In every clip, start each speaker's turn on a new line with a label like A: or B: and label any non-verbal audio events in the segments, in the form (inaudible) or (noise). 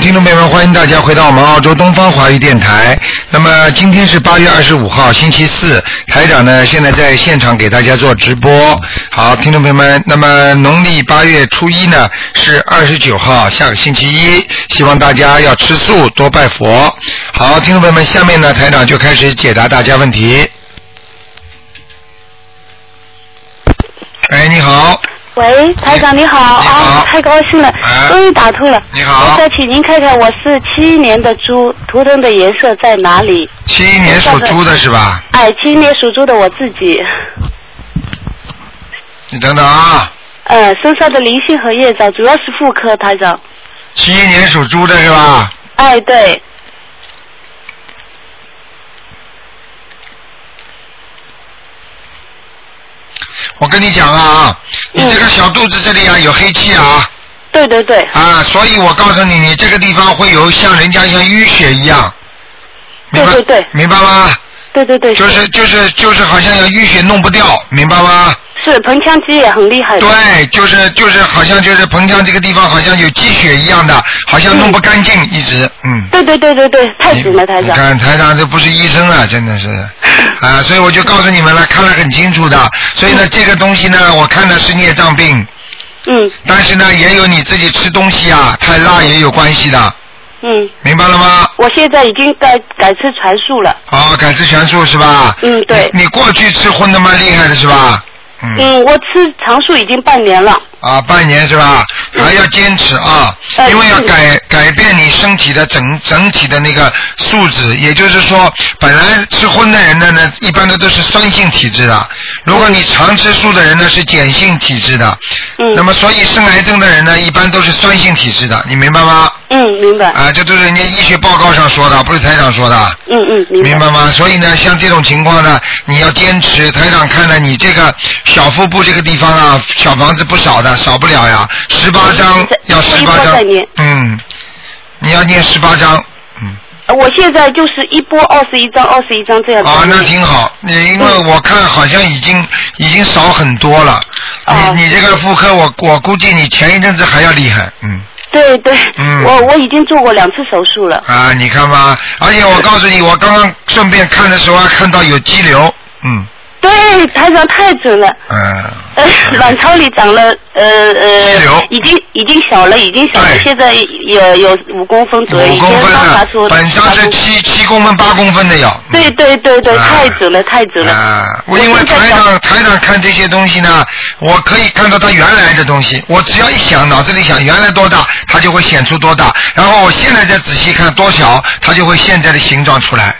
A: 听众朋友们，欢迎大家回到我们澳洲东方华语电台。那么今天是八月二十五号，星期四，台长呢现在在现场给大家做直播。好，听众朋友们，那么农历八月初一呢是二十九号，下个星期一，希望大家要吃素，多拜佛。好，听众朋友们，下面呢台长就开始解答大家问题。哎，你好，
B: 喂，台长你好
A: 哎
B: 啊，太高兴了，终于打通了。
A: 你哎好
B: 再请您看看我是七一年的猪，图腾的颜色在哪里？
A: 七一年属猪的是吧？
B: 哎，七一年属猪的我自己，
A: 你等等啊，
B: 嗯，身上的灵性和业障主要是妇科，台长。
A: 七一年属猪的是吧？
B: 哎，对，
A: 我跟你讲啊，
B: 嗯
A: 你这个小肚子这里啊有黑气啊
B: 对对对，
A: 啊，所以我告诉你，你这个地方会有像人家像淤血一样，
B: 对对对，
A: 明白吗？
B: 对对对，
A: 就是就是就是好像有淤血弄不掉，明白吗？
B: 是盆腔肌也很厉害的。
A: 对，就是就是好像就是盆腔这个地方好像有积血一样的，好像弄不干净，一直嗯。
B: 对对对对对，太准了，台
A: 你
B: 长。
A: 看台长这不是医生啊，真的是，啊，所以我就告诉你们了，看得很清楚的。所以呢，这个东西呢，我看的是孽障病，
B: 嗯
A: 但是呢，也有你自己吃东西啊太辣也有关系的，
B: 嗯，
A: 明白了吗？
B: 我现在已经改改吃全素了。
A: 好，改吃全素是吧？
B: 嗯，对，
A: 你过去吃荤的蛮厉害的是吧？
B: 嗯，我吃长素已经半年了。
A: 啊，半年是吧？还要坚持啊，
B: 嗯
A: 因为要
B: 是
A: 改改变你身体的整整体的那个素质，也就是说，本来吃荤的人呢呢，一般的都是酸性体质的；如果你常吃素的人呢，是碱性体质的。
B: 嗯
A: 那么，所以生癌症的人呢，一般都是酸性体质的，你明白吗？
B: 嗯，明白。
A: 啊，这都是人家医学报告上说的，不是台长说的。
B: 嗯嗯，明白。
A: 明白吗？所以呢，像这种情况呢，你要坚持。台长看了你这个小腹部这个地方啊，小房子不少的，少不了呀，十八张
B: 在
A: 要
B: 我
A: 十
B: 一
A: 八
B: 波
A: 张
B: 嗯再念，
A: 嗯，你要念十八张
B: 呃我现在就是一波二十一张，二十一张这样。
A: 啊，那挺好。你因为
B: 嗯
A: 我看好像已经已经少很多了，
B: 哦
A: 你你这个妇科我我估计你前一阵子还要厉害，嗯。
B: 对对，
A: 嗯
B: 我我已经做过两次手术了。
A: 啊，你看吧，而且我告诉你，我刚刚顺便看的时候还看到有肌瘤，嗯
B: 对，台长太准了。
A: 嗯，
B: 呃，卵巢里长了，呃
A: 肌瘤
B: 呃，已经已经小了，已经小了
A: 对，
B: 现在有有五公分左右，
A: 五
B: 已
A: 公
B: 经
A: 分
B: 刚拿出
A: 的，本
B: 拿
A: 上
B: 出
A: 是七七公分八公分的要。
B: 对对对对，
A: 啊
B: 太准了，太准了。
A: 啊，我因为台长台长看这些东西呢，我可以看到他原来的东西。我只要一想，脑子里想原来多大，它就会显出多大。然后我现在再仔细看多小，它就会现在的形状出来。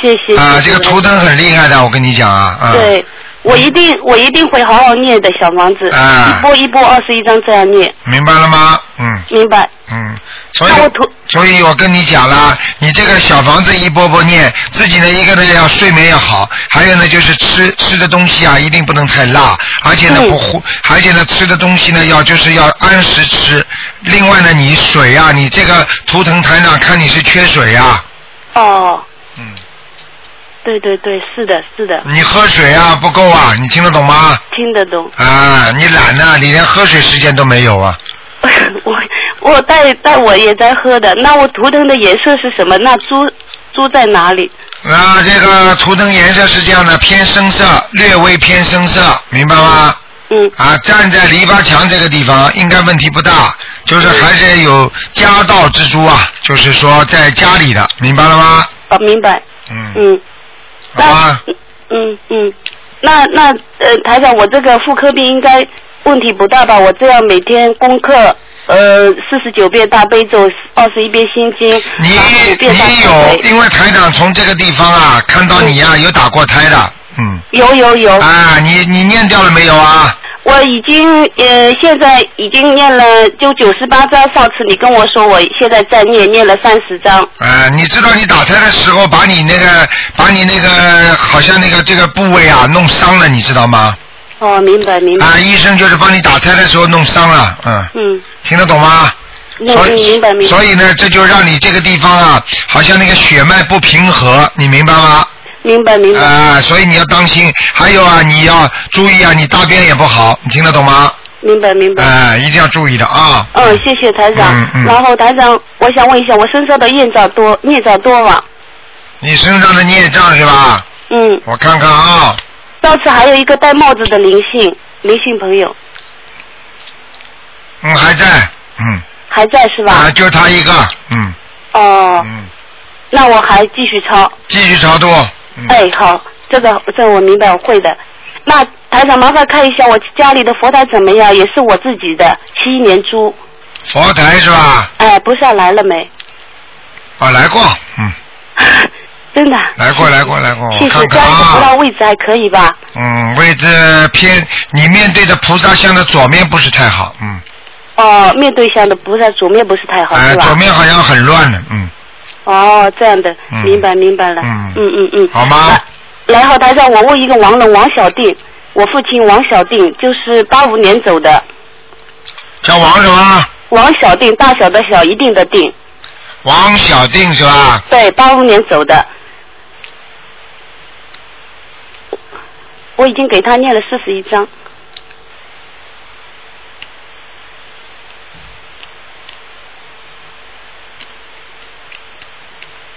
B: 谢谢。
A: 啊，
B: 谢
A: 这
B: 谢
A: 个图腾很厉害的，我跟你讲啊。啊
B: 对，我一定我一定会好好念的小房子，
A: 啊
B: 一波一波二十一张这样念，
A: 明白了吗？嗯
B: 明白？
A: 嗯，所以
B: 那我图
A: 所以我跟你讲啦，你这个小房子一波波念，自己呢一个呢要睡眠要好，还有呢就是吃吃的东西啊一定不能太辣，而且呢
B: 嗯
A: 不糊，而且呢吃的东西呢要就是要按时吃。另外呢，你水啊，你这个图腾台长看你是缺水啊，
B: 哦，
A: 嗯，
B: 对对对，是的，是的，
A: 你喝水啊不够啊，你听得懂吗？
B: 听得懂。 (laughs)
A: 啊，你懒呐、你连喝水时间都没有啊。
B: 我我带带我也在喝的，那我图腾的颜色是什么？那猪猪在哪里？
A: 那啊这个图腾颜色是这样的，偏深色，略微偏深色，明白吗？
B: 嗯，
A: 啊，站在篱笆墙这个地方应该问题不大，就是还是有家道之珠啊，就是说在家里的，明白了吗？
B: 哦，明白。
A: 嗯，
B: 嗯，
A: 好啊吧，
B: 嗯嗯，那那呃，台长，我这个妇科病应该问题不大吧？我这样每天功课呃四十九遍大悲咒，二十一遍心经，
A: 你
B: 然后五遍大
A: 你有
B: 忏，悔
A: 因为台长从这个地方啊看到你啊有打过胎的，嗯，
B: 有有有，
A: 啊，你你念掉了没有啊？
B: 我已经呃现在已经念了就九十八章，上次你跟我说我现在在念，念了三十章。
A: 啊，你知道你打胎的时候把你那个把你那个好像那个这个部位啊弄伤了，你知道吗？
B: 哦，明白明白。
A: 啊，医生就是帮你打胎的时候弄伤了，嗯，
B: 嗯，
A: 听得懂吗？
B: 明
A: 所以
B: 嗯明白明白。
A: 所以呢，这就让你这个地方啊，好像那个血脉不平和，你明白吗？
B: 明白明白。
A: 啊啊、所以你要当心。还有啊，你要注意啊，你大便也不好，你听得懂吗？
B: 明白明白。
A: 哎，一定要注意的啊。
B: 嗯，谢谢台长。
A: 嗯嗯
B: 然后台长，我想问一下，我身上的业障多，孽障多吗？
A: 你身上的孽障是吧？
B: 嗯，
A: 我看看啊，
B: 上次还有一个戴帽子的灵性，灵性朋友
A: 嗯，还在，嗯，
B: 还在是
A: 啊，
B: 吧？
A: 就他一个，嗯
B: 哦，
A: 嗯，
B: 那我还继续抄。
A: 继续超度，嗯，
B: 哎，好，这个这我明白，我会的。那台长，麻烦看一下我家里的佛台怎么样？也是我自己的，七一年猪，
A: 佛台是吧？
B: 哎，不知道来了没？ (laughs)
A: 啊，来过，嗯，
B: 真的。
A: 来过，来过，来过，
B: 谢
A: 我
B: 谢
A: 哦看，
B: 家
A: 看
B: 里的佛台
A: 啊，
B: 位置还可以吧？
A: 嗯，位置偏你面对的菩萨像的左面不是太好，嗯，
B: 哦，面对向的菩萨左面不是太好，
A: 哎，
B: 是
A: 左
B: 吧？
A: 面好像很乱的，嗯，
B: 哦，这样的
A: 嗯，
B: 明白明白了。
A: 嗯
B: 嗯嗯嗯。
A: 好
B: (laughs)
A: 吗？
B: 来好，台长，我问一个亡人王小定，我父亲王小定就是八五年走的，
A: 叫王什么？
B: 王小定大小的小一定的定，
A: 王小定是吧？
B: 对，八五年走的。我已经给他念了四十一章，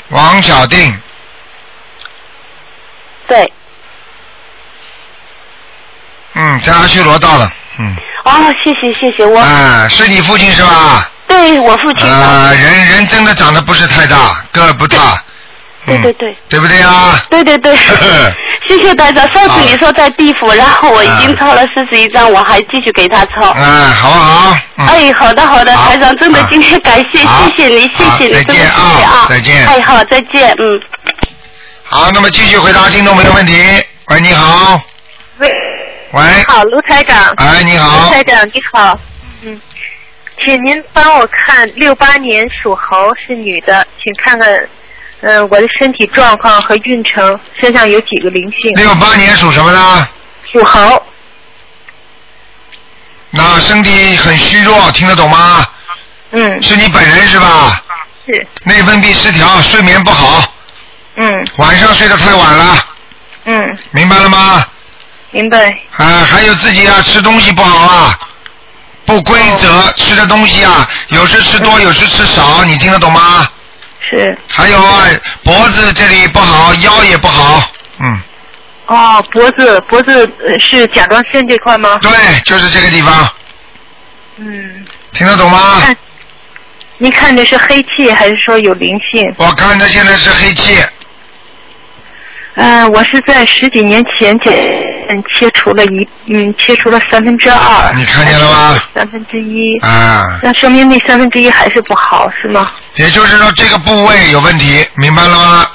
A: 王小定，
B: 对，
A: 嗯，在阿修罗道了，嗯，
B: 哦，谢谢谢谢，我、
A: 啊，是你父亲是吧？
B: 对我父亲，
A: 啊，人人真的长得不是太大，个儿不大，
B: 对
A: 嗯
B: 对对，
A: 对不对啊？
B: 对对
A: (laughs)
B: 对，谢谢台长。上次你说在地府，然后我已经抄了四十一章，我还继续给他抄。
A: 啊，好不好？嗯，
B: 哎，好的好的，
A: 好
B: 台长，真的
A: 啊
B: 今天感谢，
A: 好
B: 谢谢你，谢
A: 好
B: 谢你，
A: 再
B: 真的谢
A: 见啊
B: 谢啊，
A: 再见
B: 哎，好，再见，嗯。
A: 好，那么继续回答听众朋友问题。喂，你好，
C: 喂，
A: 喂，
C: 好，卢台长，
A: 哎，你
C: 卢
A: 好，
C: 台长你好，嗯，请您帮我看六八年属猴是女的，请看看，嗯、我的身体状况和运程，身上有几个灵性？
A: 六八年属什么的？
C: 属猴，
A: 那身体很虚弱，听得懂吗？
C: 嗯，
A: 是你本人是吧？
C: 是，
A: 内分泌失调，睡眠不好，
C: 嗯
A: 晚上睡得太晚了，
C: 嗯，
A: 明白了吗？
C: 明白，
A: 啊，还有自己啊，吃东西不好啊，不规则，吃的东西啊，有时吃多，有时吃少，你听得懂吗？
C: 是，
A: 还有啊，脖子这里不好，腰也不好，嗯，
C: 哦，脖子脖子呃是甲状腺这块吗？
A: 对，就是这个地方，
C: 嗯，
A: 听得懂吗？
C: 看，您看这是黑气还是说有灵性？
A: 我看他现在是黑气，
C: 嗯、我是在十几年前切嗯切除了一嗯切除了三分之二，
A: 你看见了吗？
C: 三分之一，
A: 啊，
C: 那说明那三分之一还是不好是吗？
A: 也就是说这个部位有问题，明白了吗？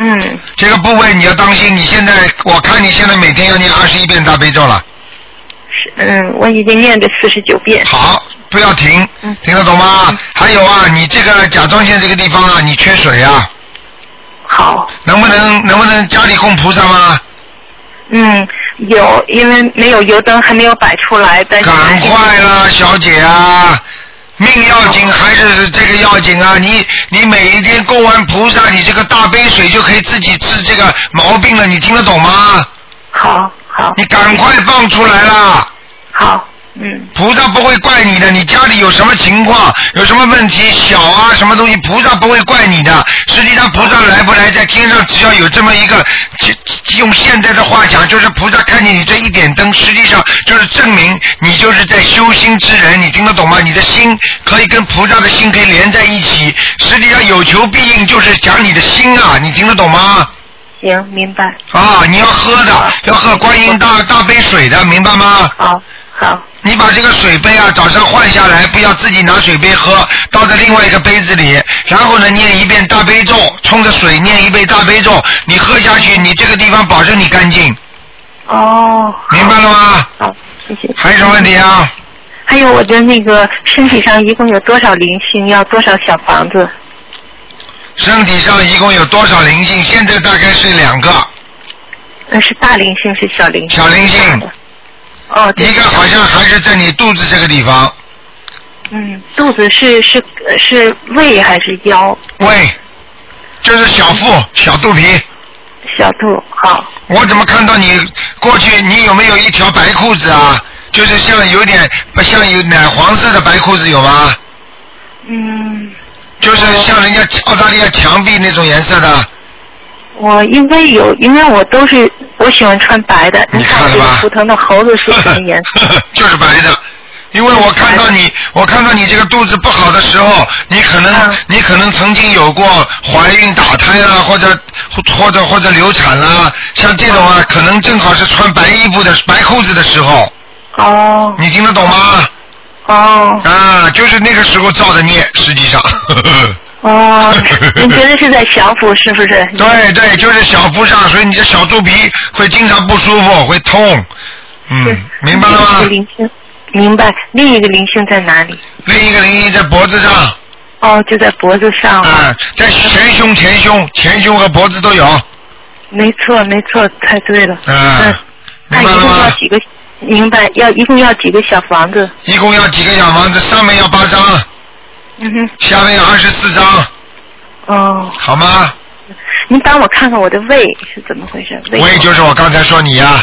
C: 嗯，
A: 这个部位你要当心，你现在我看你现在每天要念二十一遍大悲咒了，
C: 是嗯，我已经念着四十九遍。
A: 好，不要停，
C: 嗯
A: 听得懂吗？还有啊，你这个甲状腺这个地方啊，你缺水啊，
C: 好，
A: 能不能能不能家里供菩萨吗？
C: 嗯，有，因为没有油灯还没有摆出来，但是
A: 赶快啦，小姐啊！命要紧还是这个要紧啊？你你每一天供完菩萨，你这个大杯水就可以自己治这个毛病了，你听得懂吗？
C: 好好
A: 你赶快放出来啦！
C: 好，嗯
A: 菩萨不会怪你的，你家里有什么情况、有什么问题，小啊什么东西，菩萨不会怪你的。实际上，菩萨来不来，在天上只要有这么一个，就就用现在的话讲，就是菩萨看见你这一点灯，实际上就是证明你就是在修心之人，你听得懂吗？你的心可以跟菩萨的心可以连在一起，实际上有求必应，就是讲你的心啊，你听得懂吗？
C: 行，明白，
A: 啊，你要喝的，要喝观音大大杯水的，明白吗？
C: 好好
A: 你把这个水杯啊，早上换下来，不要自己拿水杯喝，倒在另外一个杯子里，然后呢念一遍大悲咒，冲着水念一遍大悲咒，你喝下去，你这个地方保证你干净，
C: 哦，
A: 明白了吗？
C: 好，谢谢。
A: 还有什么问题啊？
C: 还有我的那个身体上一共有多少灵性？要多少小房子？
A: 身体上一共有多少灵性？现在大概是两个，
C: 那呃是大灵性是小灵性？
A: 小灵性
C: 大的。哦，对
A: 一个好像还是在你肚子这个地方，
C: 嗯，肚子是是呃是胃还是腰？
A: 喂，就是小腹、小肚皮。
C: 小肚好，
A: 我怎么看到你过去你有没有一条白裤子啊？就是像有点不像有奶黄色的白裤子有吗？
C: 嗯，
A: 就是像人家澳大利亚墙壁那种颜色的。
C: 我应该有，因为我都是我喜欢穿白的。
A: 你
C: 你
A: 看
C: 看
A: 了
C: 这个
A: 吧
C: 图腾的猴子是什么颜色？
A: (laughs) 就是白的。因为我看到你，我看到你这个肚子不好的时候，你可能、
C: 嗯
A: 你可能曾经有过怀孕、打胎啦，或者或者或者流产啦，像这种
C: 嗯
A: 啊，可能正好是穿白衣服的白裤子的时候，
C: 哦
A: 你听得懂吗？
C: 哦
A: 啊，就是那个时候造的孽，实际
C: (laughs)
A: 上。 (laughs)
C: 哦，您觉得是在降服是不是？
A: 对对，就是小腹上，所以你这小肚皮会经常不舒服，会痛。
C: 是
A: 嗯，明白了
C: 另一个
A: 吗？
C: 灵性，明白。另一个灵性在哪里？
A: 另一个灵性在脖子上，
C: 哦，就在脖子上。
A: 啊，在前胸、前胸、前胸和脖子都有，
C: 没错，没错，猜对了。嗯
A: 啊，，
C: 那
A: 明白
C: 一
A: 了
C: 共要
A: 吗？
C: 几个？明白，要一共要几个小房子？
A: 一共要几个小房子？上面要八张，
C: 嗯哼，
A: 下面要二十四张，
C: 哦，
A: 好吗？
C: 您帮我看看我的胃是怎么回事？胃
A: 胃就是我刚才说你呀、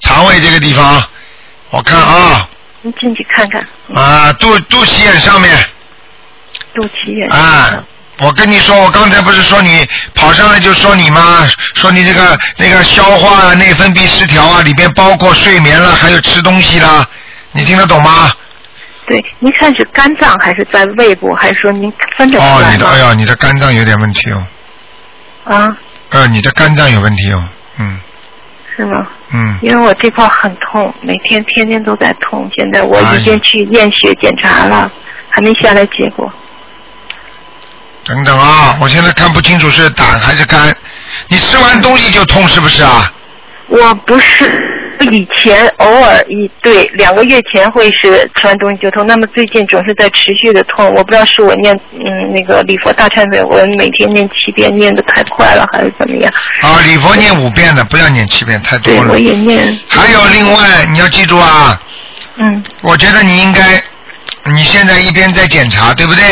A: 肠胃这个地方，我看啊，
C: 您进去看看，
A: 啊，肚肚脐眼上面，
C: 肚脐眼。
A: 啊，我跟你说，我刚才不是说你跑上来就说你吗？说你这个那个消化啊、内分泌失调啊，里边包括睡眠了，还有吃东西啦，你听得懂吗？
C: 对，您看是肝脏还是在胃部，还是说您分得出
A: 哦，
C: 来
A: 你的
C: 吗？
A: 哎呀，你的肝脏有点问题哦，
C: 啊，
A: 呃，你的肝脏有问题哦，嗯
C: 是吗？
A: 嗯，
C: 因为我这块很痛，每天天天都在痛，现在我
A: 哎呀
C: 已经去验血检查了，还没下来结果。
A: 等等啊，我现在看不清楚是胆还是肝，你吃完东西就痛是不是啊？
C: 我不是以前偶尔一对两个月前会是吃完东西就痛，那么最近总是在持续的痛，我不知道是我念嗯那个礼佛大忏悔文每天念七遍念的太快了还是怎么样？
A: 啊，礼佛念五遍的，不要念七遍，太多
C: 对，
A: 了
C: 我。也念，
A: 还有另外你要记住啊，
C: 嗯，
A: 我觉得你应该，你现在一边在检查，对不对？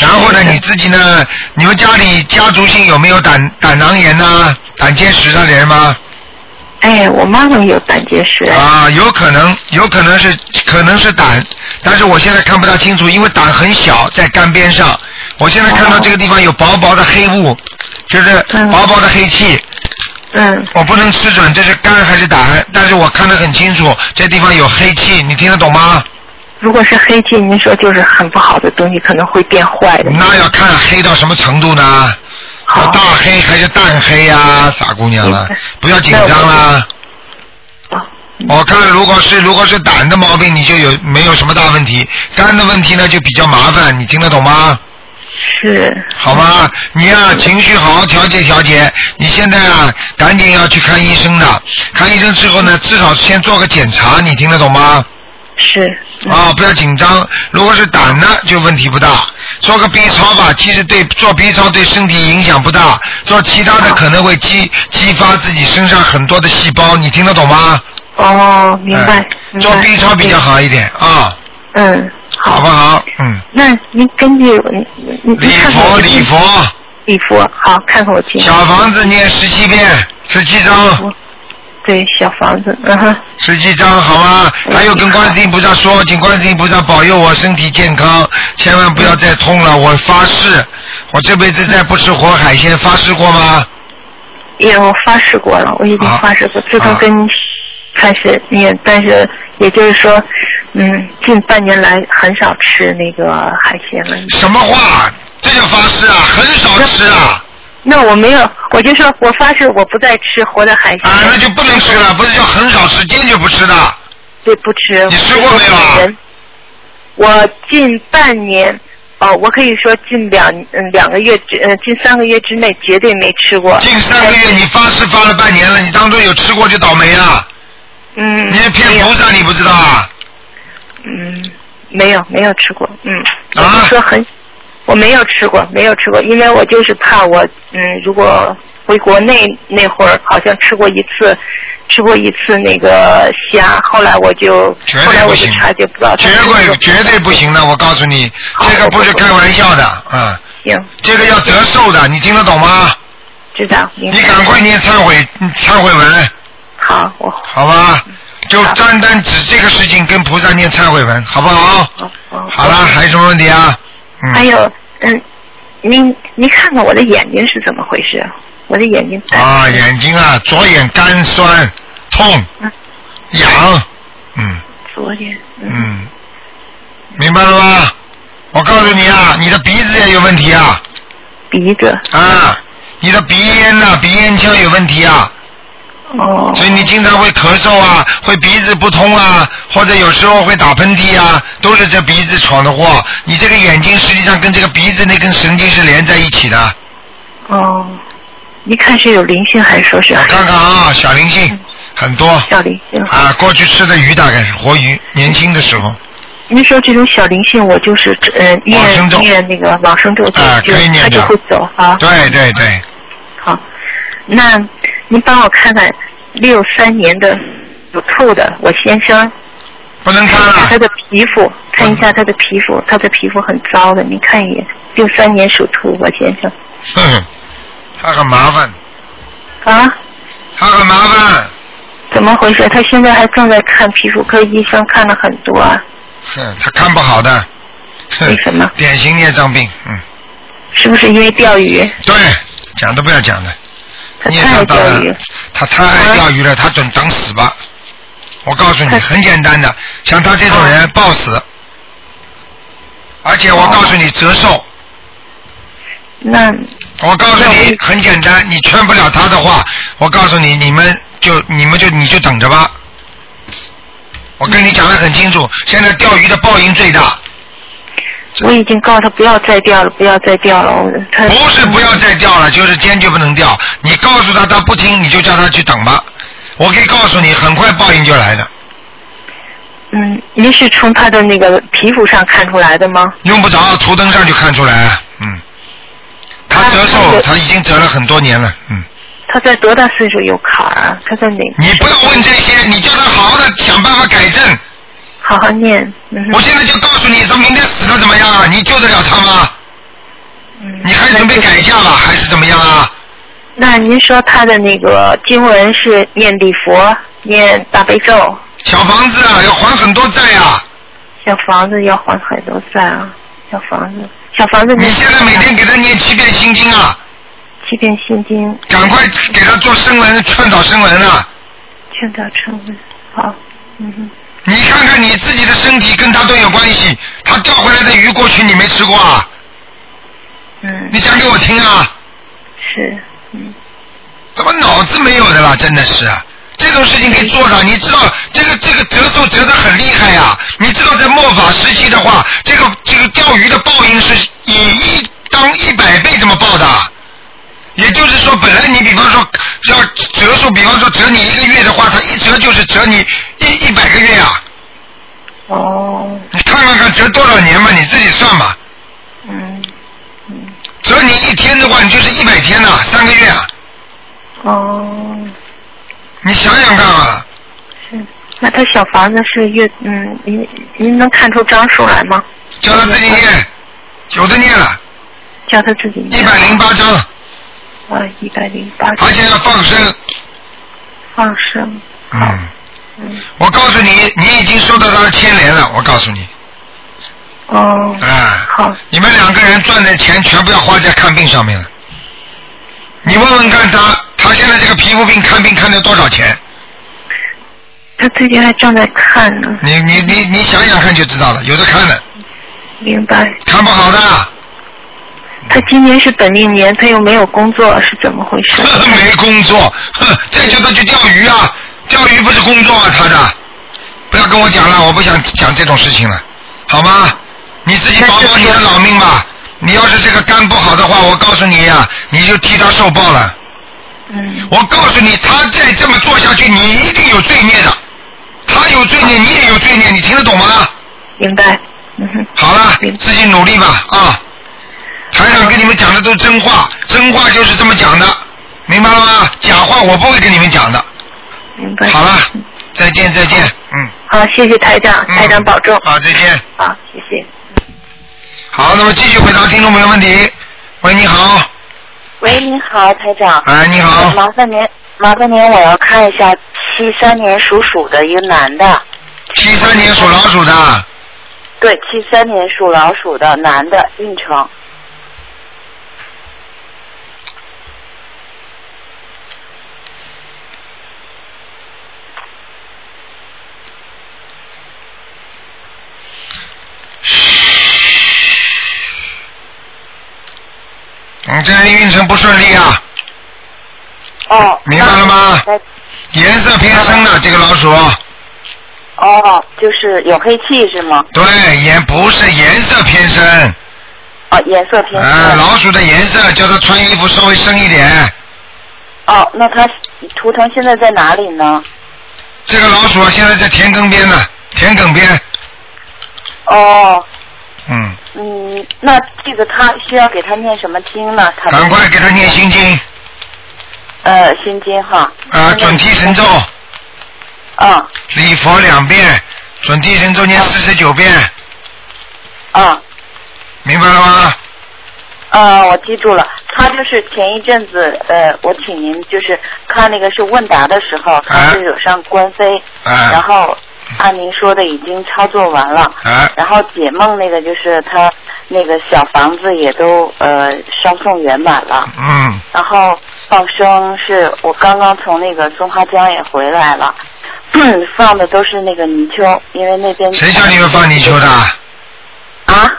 A: 然后呢，
C: 是的
A: 你自己呢，你们家里家族性有没有胆胆囊炎呐、胆结石的人吗？
C: 哎，我妈妈有胆结石，
A: 啊，有可能，有可能是可能是胆，但是我现在看不大清楚，因为胆很小，在肝边上。我现在看到
C: 哦
A: 这个地方有薄薄的黑雾，就是
C: 嗯
A: 薄薄的黑气，
C: 嗯，
A: 我不能吃准这是肝还是胆，但是我看得很清楚，这地方有黑气，你听得懂吗？
C: 如果是黑气，您说就是很不好的东西，可能会变坏的。
A: 那要看黑到什么程度呢？
C: 好
A: 要，大黑还是淡黑呀、傻姑娘啊
C: 明白，
A: 不要紧张啦。
C: 好
A: 我看如果是如果是胆的毛病，你就有没有什么大问题；肝的问题呢，就比较麻烦。你听得懂吗？
C: 是，
A: 好吗？你呀、情绪好好调节调节。你现在啊，赶紧要去看医生的。看医生之后呢，至少先做个检查。你听得懂吗？
C: 是，嗯
A: 啊，不要紧张。如果是胆呢，就问题不大。做个 B 超吧，其实对做 B 超对身体影响不大，做其他的可能会激激发自己身上很多的细胞，你听得懂吗？
C: 哦，明白
A: 哎，
C: 明
A: 做
C: 白
A: B 超比较好一点啊，
C: 嗯，
A: 好不好？嗯，
C: 那您根据我，您您
A: 礼
C: 看看
A: 佛
C: 我
A: 礼佛，
C: 礼佛，好，看看我经。
A: 小房子念十七遍，十七章，
C: 对小房子，嗯哼，
A: 十七章好吗？还有跟观世音菩萨说，请观世音菩萨保佑我身体健康，千万不要再痛了。我发誓，我这辈子再不吃活海鲜，发誓过吗？
C: 也我发誓过了，我已经
A: 啊
C: 发誓过，自从
A: 啊
C: 跟你开始念，但是也就是说，嗯，近半年来很少吃那个海鲜了。
A: 什么话？这叫发誓啊！很少吃啊！
C: 那我没有，我就说我发誓我不再吃活的海鲜，
A: 啊，那就不能吃了，不是叫很少吃，坚决不吃的。
C: 对，不吃。
A: 你吃过没有啊
C: 我人我近半年。哦，我可以说近两嗯两个月之嗯近三个月之内绝对没吃过。
A: 近三个月你发誓发了半年了，你当中有吃过就倒霉啊！
C: 嗯，
A: 你是
C: 没
A: 骗
C: 有
A: 菩萨，你不知道啊？
C: 嗯，没有没有吃过，嗯，我
A: 啊
C: 就说很，我没有吃过，没有吃过，因为我就是怕我，嗯，如果回国内那会儿好像吃过一次，吃过一次那个虾，后来我就，
A: 绝
C: 后
A: 对
C: 来
A: 不
C: 我就
A: 行
C: 察觉不到，
A: 绝对绝对不行的，我告诉你，
C: 好
A: 这个不是开玩笑的啊、
C: 行，
A: 这个要折寿的，你听得懂吗？
C: 知道，明
A: 你
C: 白，
A: 赶快念忏悔忏悔文，
C: 好，我嗯
A: 好吧？就单单指这个事情跟菩萨念忏悔文，好不好？
C: 哦哦。
A: 好啦，还有什么问题啊？嗯。
C: 还有，嗯，您您看看我的眼睛是怎么回事？我的眼睛干
A: 啊，眼睛啊，左眼干酸痛
C: 嗯
A: 痒，嗯
C: 左眼，嗯，
A: 嗯，明白了吗？我告诉你啊，你的鼻子也有问题啊
C: 鼻子，
A: 啊，你的鼻咽呐、鼻咽腔有问题啊，
C: 哦，
A: 所以你经常会咳嗽啊，会鼻子不通啊，或者有时候会打喷嚏啊，都是这鼻子闯的祸。你这个眼睛实际上跟这个鼻子那根神经是连在一起的，
C: 哦，一看是有灵性还是说是
A: 我看看啊，小灵性很多
C: 小灵性？
A: 啊，过去吃的鱼大概是活鱼，年轻的时候。
C: 您说这种小灵性，我就是呃
A: 往生
C: 念
A: 咒
C: 念那个往生咒，就
A: 啊
C: 就
A: 可以念
C: 它就
A: 的
C: 会走啊。
A: 对对对，
C: 好，那您帮我看看六三年的属兔的我先生，
A: 不能看啊
C: 看一下他
A: 了。
C: 的皮肤，看一下他的皮肤，他的皮肤很糟的，您看一眼。六三年属兔我先生
A: 哼， (laughs) 他很麻烦，
C: 啊，
A: 他很麻烦。
C: 怎么回事？他现在还正在看皮肤科，医生看了很多啊，
A: 哼，他看不好的。哼
C: 为什么
A: 典型孽障病，嗯，
C: 是不是因为钓鱼？
A: 对，讲都不要讲的，
C: 他
A: 孽
C: 太爱
A: 障大
C: 钓鱼
A: 了，。他太爱钓鱼了，他准等死吧。我告诉你，
C: 他啊
A: 很简单的，像他这种人暴死，而且我告诉你折寿。
C: 那
A: 我告诉
C: 那
A: 你
C: 我，
A: 很简单，你劝不了他的话，我告诉你，你们就你们就你就等着吧。我跟你讲的很清楚，现在钓鱼的报应最大，
C: 我已经告诉他不要再钓了，不要再钓了。我他
A: 不是不要再钓了，就是坚决不能钓。你告诉他他不听，你就叫他去等吧。我可以告诉你，很快报应就来了，
C: 嗯，您是从他的那个皮肤上看出来的吗？
A: 用不着图腾上就看出来。嗯，他
C: 那
A: 折
C: 那
A: 寿，
C: 个
A: 他已经折了很多年了。嗯，
C: 他在多大岁数有坎儿啊？他在哪？
A: 你不要问这些，你叫他好好的想办法改正。
C: 好好念。嗯哼
A: 我现在就告诉你，他明天死了怎么样啊？你救得了他吗？
C: 嗯
A: 你还准备改嫁吧，还是怎么样啊？
C: 那您说他的那个经文是念礼佛、念大悲咒，
A: 小房子啊，要还很多债啊！
C: 小房子要还很多债啊，小房子，小房子
A: 你现在每天给他念七遍心经啊，
C: 七遍心经，
A: 赶快给他做声纹，劝导声纹啊！
C: 劝导称问，好，嗯哼，
A: 你看看你自己的身体跟他都有关系，他钓回来的鱼过去你没吃过啊？
C: 嗯
A: 你，讲给我听啊！
C: 是，嗯，
A: 怎么脑子没有的啦？真的是，这种事情可以做的，你知道这个这个折寿折得很厉害呀、你知道在末法时期的话，这个这个钓鱼的报应是以一当一百倍这么报的。也就是说，本来你比方说要折寿，比方说折你一个月的话，它一折就是折你一一百个月啊！
C: 哦，
A: 你看看看折多少年嘛，你自己算吧。
C: 嗯，嗯，
A: 折你一天的话，你就是一百天呐、三个月啊！
C: 哦，
A: 你想想看啊好了。
C: 是，那他小房子是越，嗯，您您能看出张数来吗？
A: 叫他自己念，有的念了，
C: 叫他自己念。
A: 一百零八章，
C: 啊，一百零八
A: 而且要放生。
C: 放生，
A: 嗯，
C: 嗯，
A: 我告诉你，你已经受到他的牵连了。我告诉你，
C: 哦，
A: 啊，
C: 好，
A: 你们两个人赚的钱全部要花在看病上面了。你问问看他，他现在这个皮肤病看病看了多少钱？
C: 他最近还正在看呢，
A: 你你你你想想看就知道了，有的看了，
C: 明白。
A: 看不好的，
C: 他今年是本命年，他又没有工作，是怎么回
A: (laughs)
C: 事？
A: 没工作，哼，再叫他去钓鱼啊，钓鱼不是工作啊，他的，不要跟我讲了，我不想讲这种事情了，好吗？你自己保保你的老命吧。你要是这个肝不好的话，我告诉你呀、你就替他受报了。
C: 嗯，
A: 我告诉你，他再这么做下去，你一定有罪孽的。他有罪孽，你也有罪孽，你听得懂吗？
C: 明白。嗯哼，
A: 好了
C: 明，白
A: 自己努力吧啊！台长跟你们讲的都是真话，真话就是这么讲的，明白了吗？假话我不会跟你们讲的。
C: 明白。
A: 好了，再见再见，嗯，
C: 好，谢谢台长，
A: 嗯
C: 台长保重。
A: 好，再见。
C: 好，谢谢。
A: 好，那么继续回答听众朋友问题。喂，你好，
B: 喂，您好，台长。
A: 哎，你好，
B: 麻烦您，麻烦您，我要看一下七三年属鼠的一个男的，
A: 七三年属老鼠的，
B: 对，七三年属老鼠的男的运程，
A: 你嗯这人运程不顺利啊，
B: 哦，
A: 明白了吗颜色偏深的这个老鼠，
B: 哦，就是有黑气是吗？
A: 对，颜不是颜色偏深，
B: 哦，颜色偏
A: 啊，
B: 深。
A: 老鼠的颜色叫它穿衣服稍微深一点。
B: 哦，那他图腾现在在哪里呢？
A: 这个老鼠啊现在在田埂边呢，田埂边，
B: 哦，
A: 嗯，
B: 嗯，那这个他需要给他念什么经呢？他
A: 赶快给它念心经
B: 呃心经哈。
A: 啊，准提神咒，
B: 嗯
A: 礼佛两遍，准提神咒念四十九遍，
B: 嗯
A: 明白了吗？
B: 呃，我记住了，他就是前一阵子，呃，我请您就是看那个是问答的时候，他是惹上官非，然
A: 啊
B: 后按您说的已经操作完了，
A: 啊，
B: 然后解梦那个就是他那个小房子也都呃烧送圆满了，
A: 嗯，
B: 然后放生是我刚刚从那个松花江也回来了， (clears throat) 放的都是那个泥鳅，因为那边
A: 谁叫你们放泥鳅的？
B: 啊？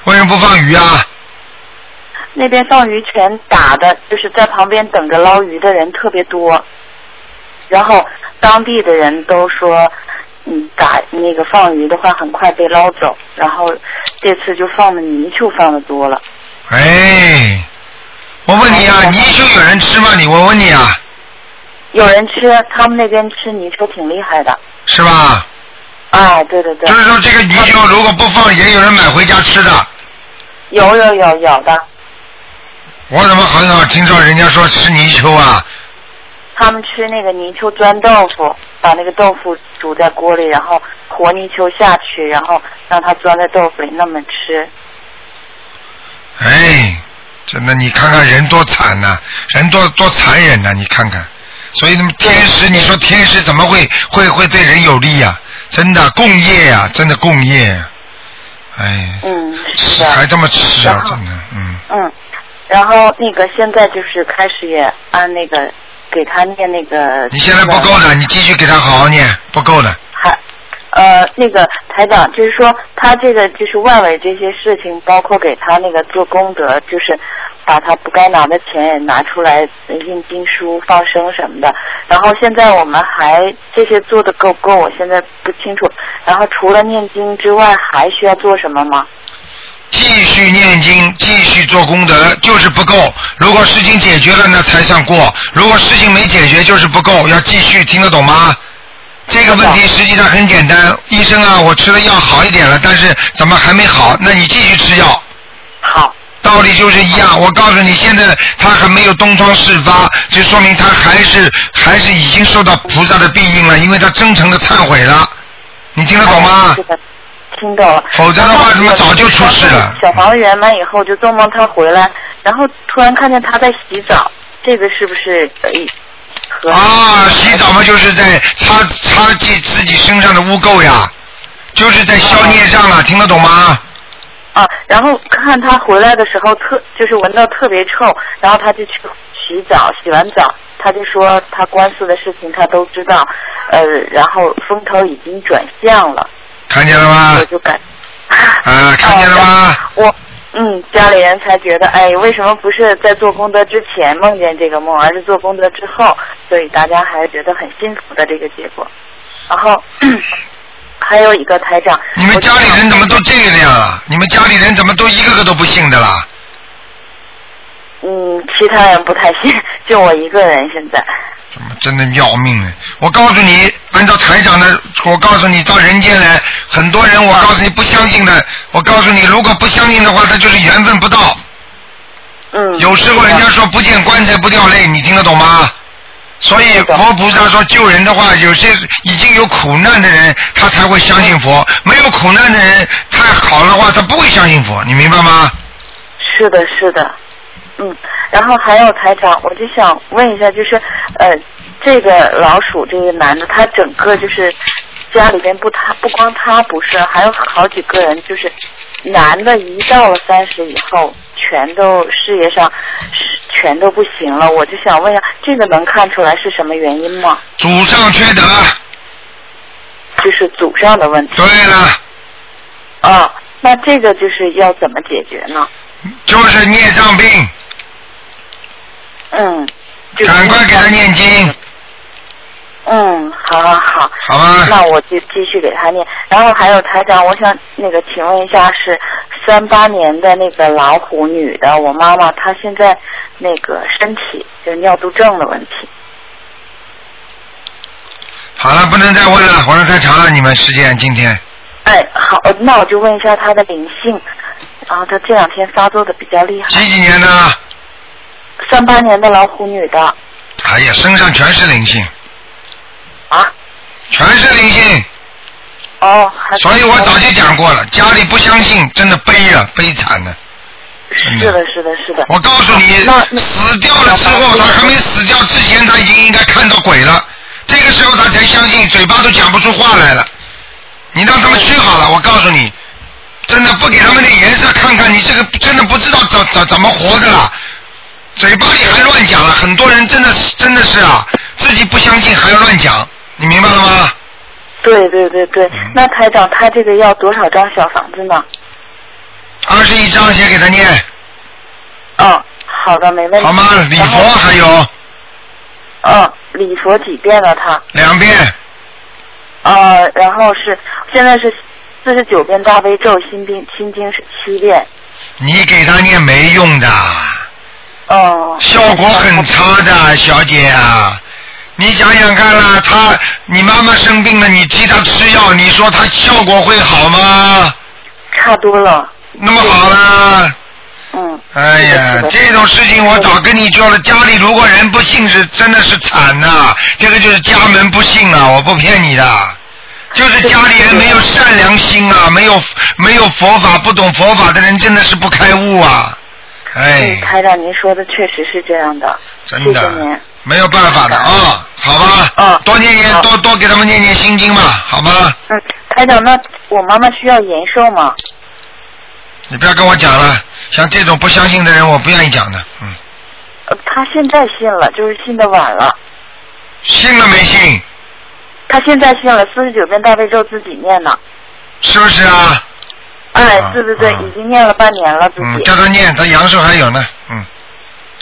A: 为什么不放鱼啊？
B: 那边放鱼前打的，就是在旁边等着捞鱼的人特别多，然后当地的人都说，嗯，打那个放鱼的话很快被捞走，然后这次就放的泥鳅放的多了，
A: 哎，我问你啊，泥鳅有人吃吗？你我问你啊，
B: 有人吃，他们那边吃泥鳅挺厉害的，
A: 是吧？
B: 啊，对对对
A: 就，是说这个泥鳅如果不放，也有人买回家吃的。
B: 有有有有的，
A: 我怎么很少听到人家说吃泥鳅啊？
B: 他们吃那个泥鳅钻豆腐，把那个豆腐煮在锅里，然后和泥鳅下去，然后让它钻在豆腐里那么吃，
A: 哎，真的，你看看人多惨呐、人多多残忍呐、你看看。所以那么天时，你说天时怎么会会会对人有利呀、真的共业呀、真的共业呀、哎，
B: 嗯，是
A: 吃
B: 的。
A: 还这么吃啊
B: 然，后
A: 真的，嗯，
B: 嗯，然后那个现在就是开始也按那个给他念那个。
A: 你现在不够的，你继续给他好好念，不够的。
B: 还呃，那个台长就是说他这个就是外围这些事情，包括给他那个做功德，就是把他不该拿的钱也拿出来呃印经书、放生什么的。然后现在我们还这些做的够不够？我现在不清楚。然后除了念经之外，还需要做什么吗？
A: 继续念经，继续做功德，就是不够。如果事情解决了，那才算过；如果事情没解决，就是不够，要继续，听得懂吗？这个问题实际上很简单，医生啊，我吃了药好一点了，但是怎么还没好？那你继续吃药，
B: 好，
A: 道理就是一样。我告诉你，现在他还没有东窗事发，就说明他还是还是已经受到菩萨的庇应了，因为他真诚的忏悔了。你听得懂吗？
B: 这个听懂了。
A: 否则的话，怎么早就出事了？
B: 小房子圆满以后，就做梦他回来，然后突然看见他在洗澡，这个是不是呃和
A: 啊，洗澡嘛，就是在擦擦自己自己身上的污垢呀，就是在消孽障了，听得懂吗？
B: 啊？然后看他回来的时候特就是闻到特别臭，然后他就去洗澡，洗完澡他就说他官司的事情他都知道，呃，然后风头已经转向了，
A: 看见了吗
B: 我？就感
A: 啊，看见了吗？
B: 我嗯，家里人才觉得，哎，为什么不是在做功德之前梦见这个梦，而是做功德之后？所以大家还是觉得很幸福的这个结果。然后 (clears throat) 还有一个台长，
A: 你们家里人怎么都这样啊？你们家里人怎么都一个个都不信的啦？
B: 嗯，其他人不太信，就我一个人现在。
A: 怎么真的要命了？我告诉你，按照台长的，我告诉你，到人间来，很多人我告诉你不相信的，我告诉你，如果不相信的话，他就是缘分不到。
B: 嗯，
A: 有时候人家说不见棺材不掉泪，你听得懂吗？所以佛菩萨说救人的话，有些已经有苦难的人，他才会相信佛；没有苦难的人，太好的话，他不会相信佛。你明白吗？
B: 是的，是的，嗯，然后还有台长，我就想问一下，就是呃，这个老鼠这个男的，他整个就是家里边不他不光他不是，还有好几个人，就是男的，一到了三十以后，全都事业上是全都不行了。我就想问一下，这个能看出来是什么原因吗？
A: 祖上缺德。
B: 就是祖上的问题
A: 对了，
B: 啊。那这个就是要怎么解决呢？
A: 就是孽障病，
B: 嗯，就是
A: 赶快给他念经，
B: 嗯，好好好。
A: 好吗？
B: 那我就继续给他念。然后还有台长，我想那个请问一下，是三八年的那个老虎女的，我妈妈她现在那个身体就是尿毒症的问题。
A: 好了，不能再问了，我让太长了，你们时间今天。
B: 哎，好，那我就问一下她的灵性。然后她这两天发作的比较厉害，
A: 几几年的？
B: 三八年的老虎女的
A: 哎呀，身上全是灵性，
B: 啊，
A: 全是灵性，
B: 哦，还
A: 所以我早就讲过
B: 嗯
A: 了，家里不相信，真的悲啊，悲惨呢、
B: 是的，是的，是的，
A: 我告诉
B: 那
A: 你，
B: 那
A: 死掉了之后，他还没死掉之前，他已经应该看到鬼了。这个时候他才相信，嘴巴都讲不出话来了。你让他们去好了，我告诉你，真的不给他们点颜色看看，你这个真的不知道怎怎怎么活的了。嘴巴里还乱讲了，很多人真的是真的是啊，自己不相信还要乱讲，你明白了吗？
B: 对对对对
A: 嗯。
B: 那台长，他这个要多少张小房子呢？
A: 二十一章先给他念，
B: 嗯，好的，没问题。
A: 好吗？礼
B: 然后
A: 佛还有啊
B: 嗯，礼佛几遍了他？
A: 两遍，
B: 呃，
A: 啊
B: 然后是现在是四十九遍大悲咒，心经心经是七遍。
A: 你给他念没用的。
B: 哦、
A: 效果很差的，小姐啊！你想想看啦，她你妈妈生病了，你替她吃药，你说她效果会好吗？
B: 差多了。
A: 那么好啦，
B: 嗯。
A: 哎呀
B: 是，的是的
A: 这种事情我早跟你说了，家里如果人不信是真的是惨呐、这个就是家门不幸啊，我不骗你的。就是家里人没有善良心啊，没有没有佛法，不懂佛法的人真的是不开悟啊！哎
B: 嗯，，台长，您说的确实是这样的。
A: 真的，
B: 谢谢您
A: 没有办法的啊、好吧，
B: 嗯
A: 多念念，
B: 好
A: 多多给他们念念心经嘛，好吗？
B: 嗯，台长，那我妈妈需要延寿吗？
A: 你不要跟我讲了，像这种不相信的人，我不愿意讲的，嗯，
B: 呃，她现在信了，就是信的晚了。
A: 信了没信？
B: 她现在信了四十九遍大悲咒，自己念呢。
A: 是不是啊？
B: 哎
A: 啊，
B: 对对对，
A: 啊
B: 已经念了半年了自
A: 嗯，
B: 己。
A: 叫他念，他阳寿还有呢，嗯，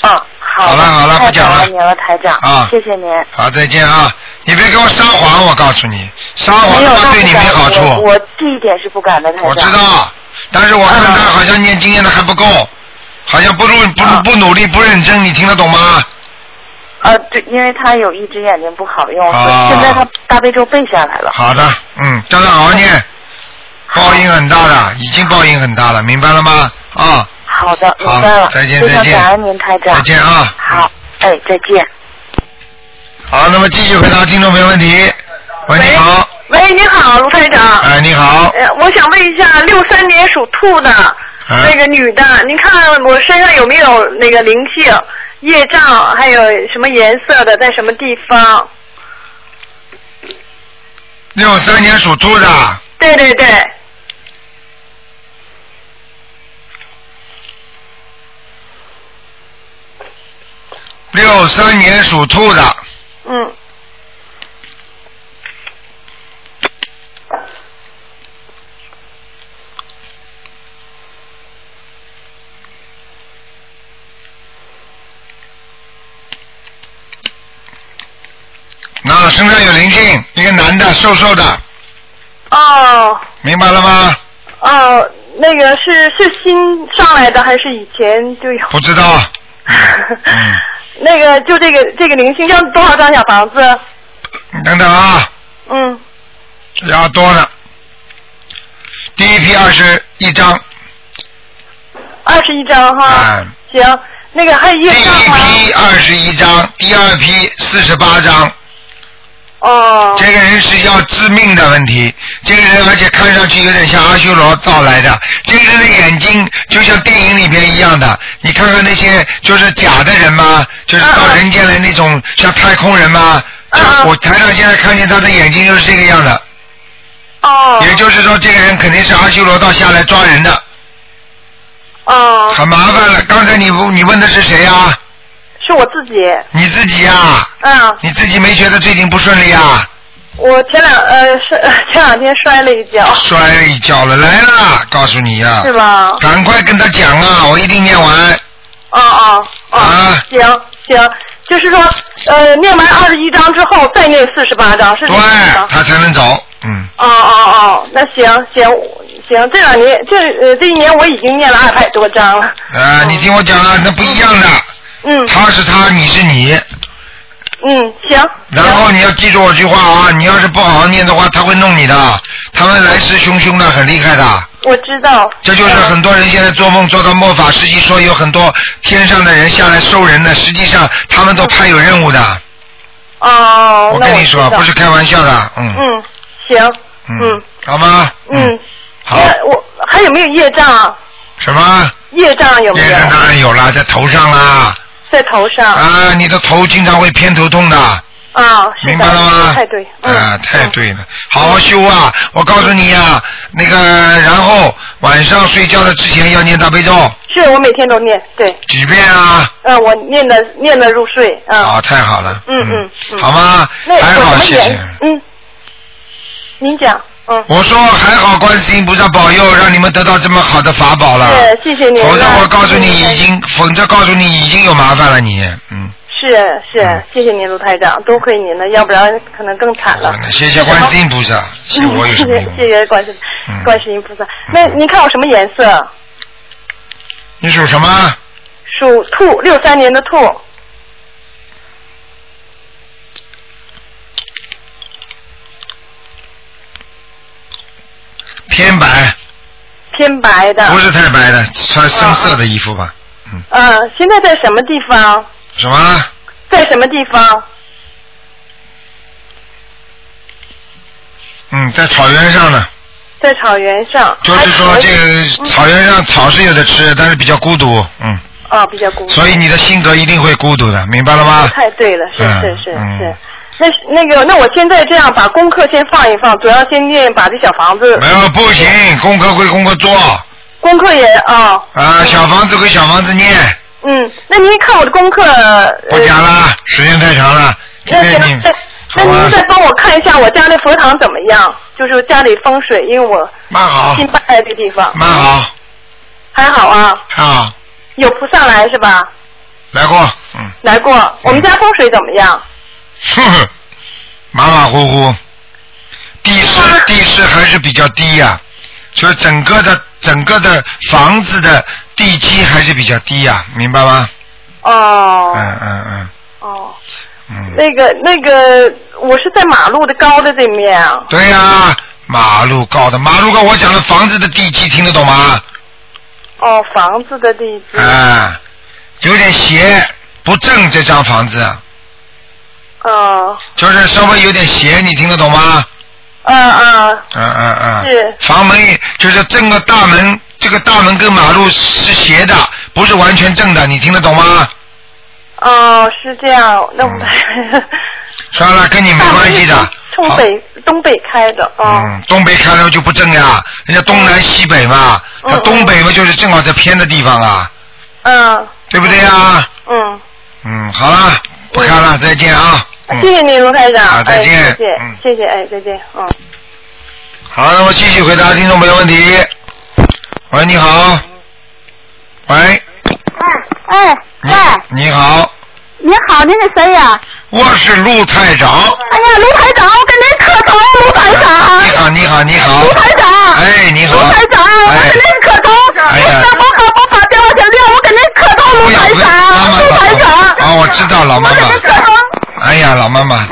B: 嗯，好
A: 好了
B: 的
A: 好了
B: 太
A: 不讲
B: 感
A: 了
B: 恩您了，台长。
A: 啊
B: 谢谢您。
A: 好，再见啊！你别跟我撒谎，我告诉你，撒谎
B: 没有，
A: 的话
B: 那
A: 啊对你
B: 不
A: 没
B: 敢。
A: 好处，
B: 我我这一点是不敢的，台长。
A: 我知。道，但是我看他好像念经念的还不够，好像不努不
B: 嗯啊
A: 不努力不认真，你听得懂吗？
B: 呃，对，因为他有一只眼睛不好用，所以
A: 啊
B: 现在他大悲咒背下来了。
A: 好的，嗯，叫他好好念。报应啊很大的，已经报应很大了，明白了吗？啊，
B: 好的，明
A: 好
B: 白了。，
A: 再见
B: 非
A: 再
B: 常感
A: 见
B: 恩您，台，长。
A: 再。见啊！
B: 好，哎，再见。
A: 好，那么继续回答听众朋友问题。喂，你好，
D: 喂，你好，卢台长。
A: 哎，你好，
D: 呃，我想问一下，六三年属兔的、
A: 嗯
D: 那个女的，您看我身上有没有那个灵性、业障，还有什么颜色的，在什么地方？
A: 六三年属兔的，
D: 对对对，
A: 六三年属兔的，
D: 嗯，
A: 那啊身上有灵性，一个男的，瘦瘦的，
D: 哦
A: 明白了吗？
D: 哦，那个是是新上来的，还是以前就有？
A: 不知道，嗯
D: (laughs) 那个就这个这个灵性要多少张小房子？
A: 你等等啊，
D: 嗯，
A: 要多了。第一批二十一张，
D: 二十一张哈。
A: 啊、哎
D: 行，那哦个还有
A: 第一
D: 业障吗？
A: 批二十一张，第二批四十八张，
D: 哦，
A: 这个人是要致命的问题，这个人而且看上去有点像阿修罗造来的，这个人的眼睛就像电影里边一样的，你看看那些就是假的人嘛，就是到人间来那种像太空人嘛，就
D: 嗯嗯
A: 我台上现在看见他的眼睛就是这个样的，
D: 哦，
A: 也就是说这个人肯定是阿修罗道下来抓人的，
D: 哦，
A: 很麻烦了。刚才你不你问的是谁呀、啊？
D: 是我自己，
A: 你自己呀、啊？
D: 嗯，
A: 你自己没觉得最近不顺利啊？
D: 我前两呃是 (laughs) 前两天摔了一跤，
A: 摔了一跤了，来了，告诉你啊呀、
D: 是吧？
A: (laughs) 赶快跟他讲啊，
D: (laughs)
A: 我一定念完。
D: 哦哦哦
A: 啊，
D: 行行，就是说呃念完二十一章之后再念四十八章是这
A: 对
D: 个意思吗？
A: 他才能走。嗯，
D: 哦哦哦，那行行行，这两年这呃这一年我已经念了二百多章了。
A: 啊，你听我讲啊，那不一样的，
D: 嗯
A: 他是他，你是你。
D: 嗯，行。
A: 然后你要记住我句话啊，你要是不好好念的话，他会弄你的，他们来势汹汹的，很厉害的。
D: 我知道。
A: 这就是很多人现在做梦做到末法，实际说有很多天上的人下来收人的，实际上他们都派有任务的。
D: 哦，
A: 我
D: 那
A: 跟你说，
D: 知道
A: 不是。开玩笑的。嗯
D: 嗯，行。嗯，
A: 好吗？
D: 嗯，
A: 好。
D: 那我还有没有业障啊？
A: 什么？
D: 业障有没
A: 业
D: 有？
A: 障当然有啦，在头上啦。
D: 在头上。
A: 啊，你的头经常会偏头痛的，
D: 啊，是的
A: 明白了吗？
D: 太对。嗯
A: 啊，太。对了，好好修啊！我告诉你呀、啊那个，然后晚上睡觉的之前要念大悲咒
D: 是我每天都念，对，
A: 几遍啊！
D: 嗯，我念的念的入睡，嗯
A: 啊，，太好了。
D: 嗯嗯嗯
A: 好吗？
D: 那
A: 还
D: 有
A: 好，
D: 什么
A: 谢谢
D: 颜？。嗯，您讲，嗯。
A: 我说还好，观世音菩萨保佑，让你们得到这么好的法宝了。
D: 是，谢谢您。
A: 否则
D: 那
A: 我告诉你
D: 谢谢您
A: 已经，否则告诉你已经有麻烦了你，嗯。
D: 是是，谢谢您，卢台长，多亏您了，要不然可能更惨了。
A: 嗯
D: 嗯
A: 谢谢观世音菩
D: (laughs)
A: 萨，谢我有什么用？
D: 谢谢观世
A: 嗯
D: 观世音菩萨。那您看我什么颜色？
A: 你属什么？
D: 属兔，六三年的兔。
A: 偏白，
D: 偏白的，
A: 不是太白的，穿深色的衣服吧。
D: 嗯，现在在什么地方？
A: 什么？
D: 在什么地方？
A: 嗯，在草原上呢，
D: 在草原上。
A: 就是说
D: 还可以
A: 这个草原上草是有的吃，但是比较孤独，嗯，
D: 啊、比较孤独。
A: 所以你的性格一定会孤独的，明白了吗？
D: 太对了，是
A: 嗯
D: 是是
A: 嗯
D: 是。那那个，那我现在这样把功课先放一放，主要先念把这小房子
A: 没有不行，功课归功课做，
D: 功课也啊、
A: 啊，小房子归小房子念，
D: 嗯，那您看我的功课。
A: 不
D: 呃
A: 讲了，时间太长了，今
D: 那
A: 天
D: 行
A: 你，
D: 那
A: 好
D: 那
A: 吧
D: 您，再帮我看一下我家的佛堂怎么样？就是家里风水，因为我
A: 慢好，
D: 新搬来这地方，
A: 慢哦好，
D: 还好啊，
A: 好，
D: 有菩萨来是吧？
A: 来过，嗯，
D: 来过。我们家风水怎么样？
A: 哼哼，马马虎虎，地势
D: 啊
A: 地势还是比较低呀、所以整个的整个的房子的地基还是比较低呀、明白吗？
D: 哦、
A: 嗯嗯嗯
D: 哦，
A: 嗯，
D: 那个那个，我是在马路的高的这面啊。
A: 对呀、马路高的马路高，我讲的房子的地基听得懂吗？
D: 哦，房子的地址。
A: 啊，有点斜不正这张房子，
D: 哦，
A: 就是稍微有点斜，你听得懂吗？
D: 嗯嗯，
A: 嗯嗯嗯，
D: 是
A: 房门就是正个大门，这个大门跟马路是斜的，不是完全正的，你听得懂吗？
D: 哦，是这样。那我们
A: 算了，跟你没关系的。
D: 冲
A: 好
D: 北东北开的哦。
A: 嗯，东北开头就不正呀，人家东南西北嘛，
D: 嗯
A: 那东北嘛就是正好在偏的地方啊，
D: 嗯
A: 对不对呀？
D: 嗯。
A: 嗯，好了，不看了，再见啊。
D: 谢
A: 嗯，
D: 谢您，卢台长。
A: 好再见
D: 哎、谢谢、
A: 嗯
D: 谢谢，哎，再见，嗯。
A: 好，那么继续回答听众朋友问题。喂，你好。喂，
E: 哎
A: 你
E: 哎，
A: 你好，
E: 你好，您是谁呀、
A: 我是陆太长。
E: 哎呀，卢台长，我跟您磕头，卢台
A: 你
E: 长，
A: 好，你好，哎你好。
E: 卢台长，
A: 哎，你好。
E: 卢台长，我
A: 哎
E: 跟您磕头，
A: 哎呀哎
E: 我我可不怕掉下掉，我跟您磕头，卢
A: 不要
E: 台
A: 不要，妈妈
E: 长，卢台长，
A: 啊，我知道老妈
E: 我跟
A: 妈
E: 您。磕头，
A: 哎呀，老妈妈，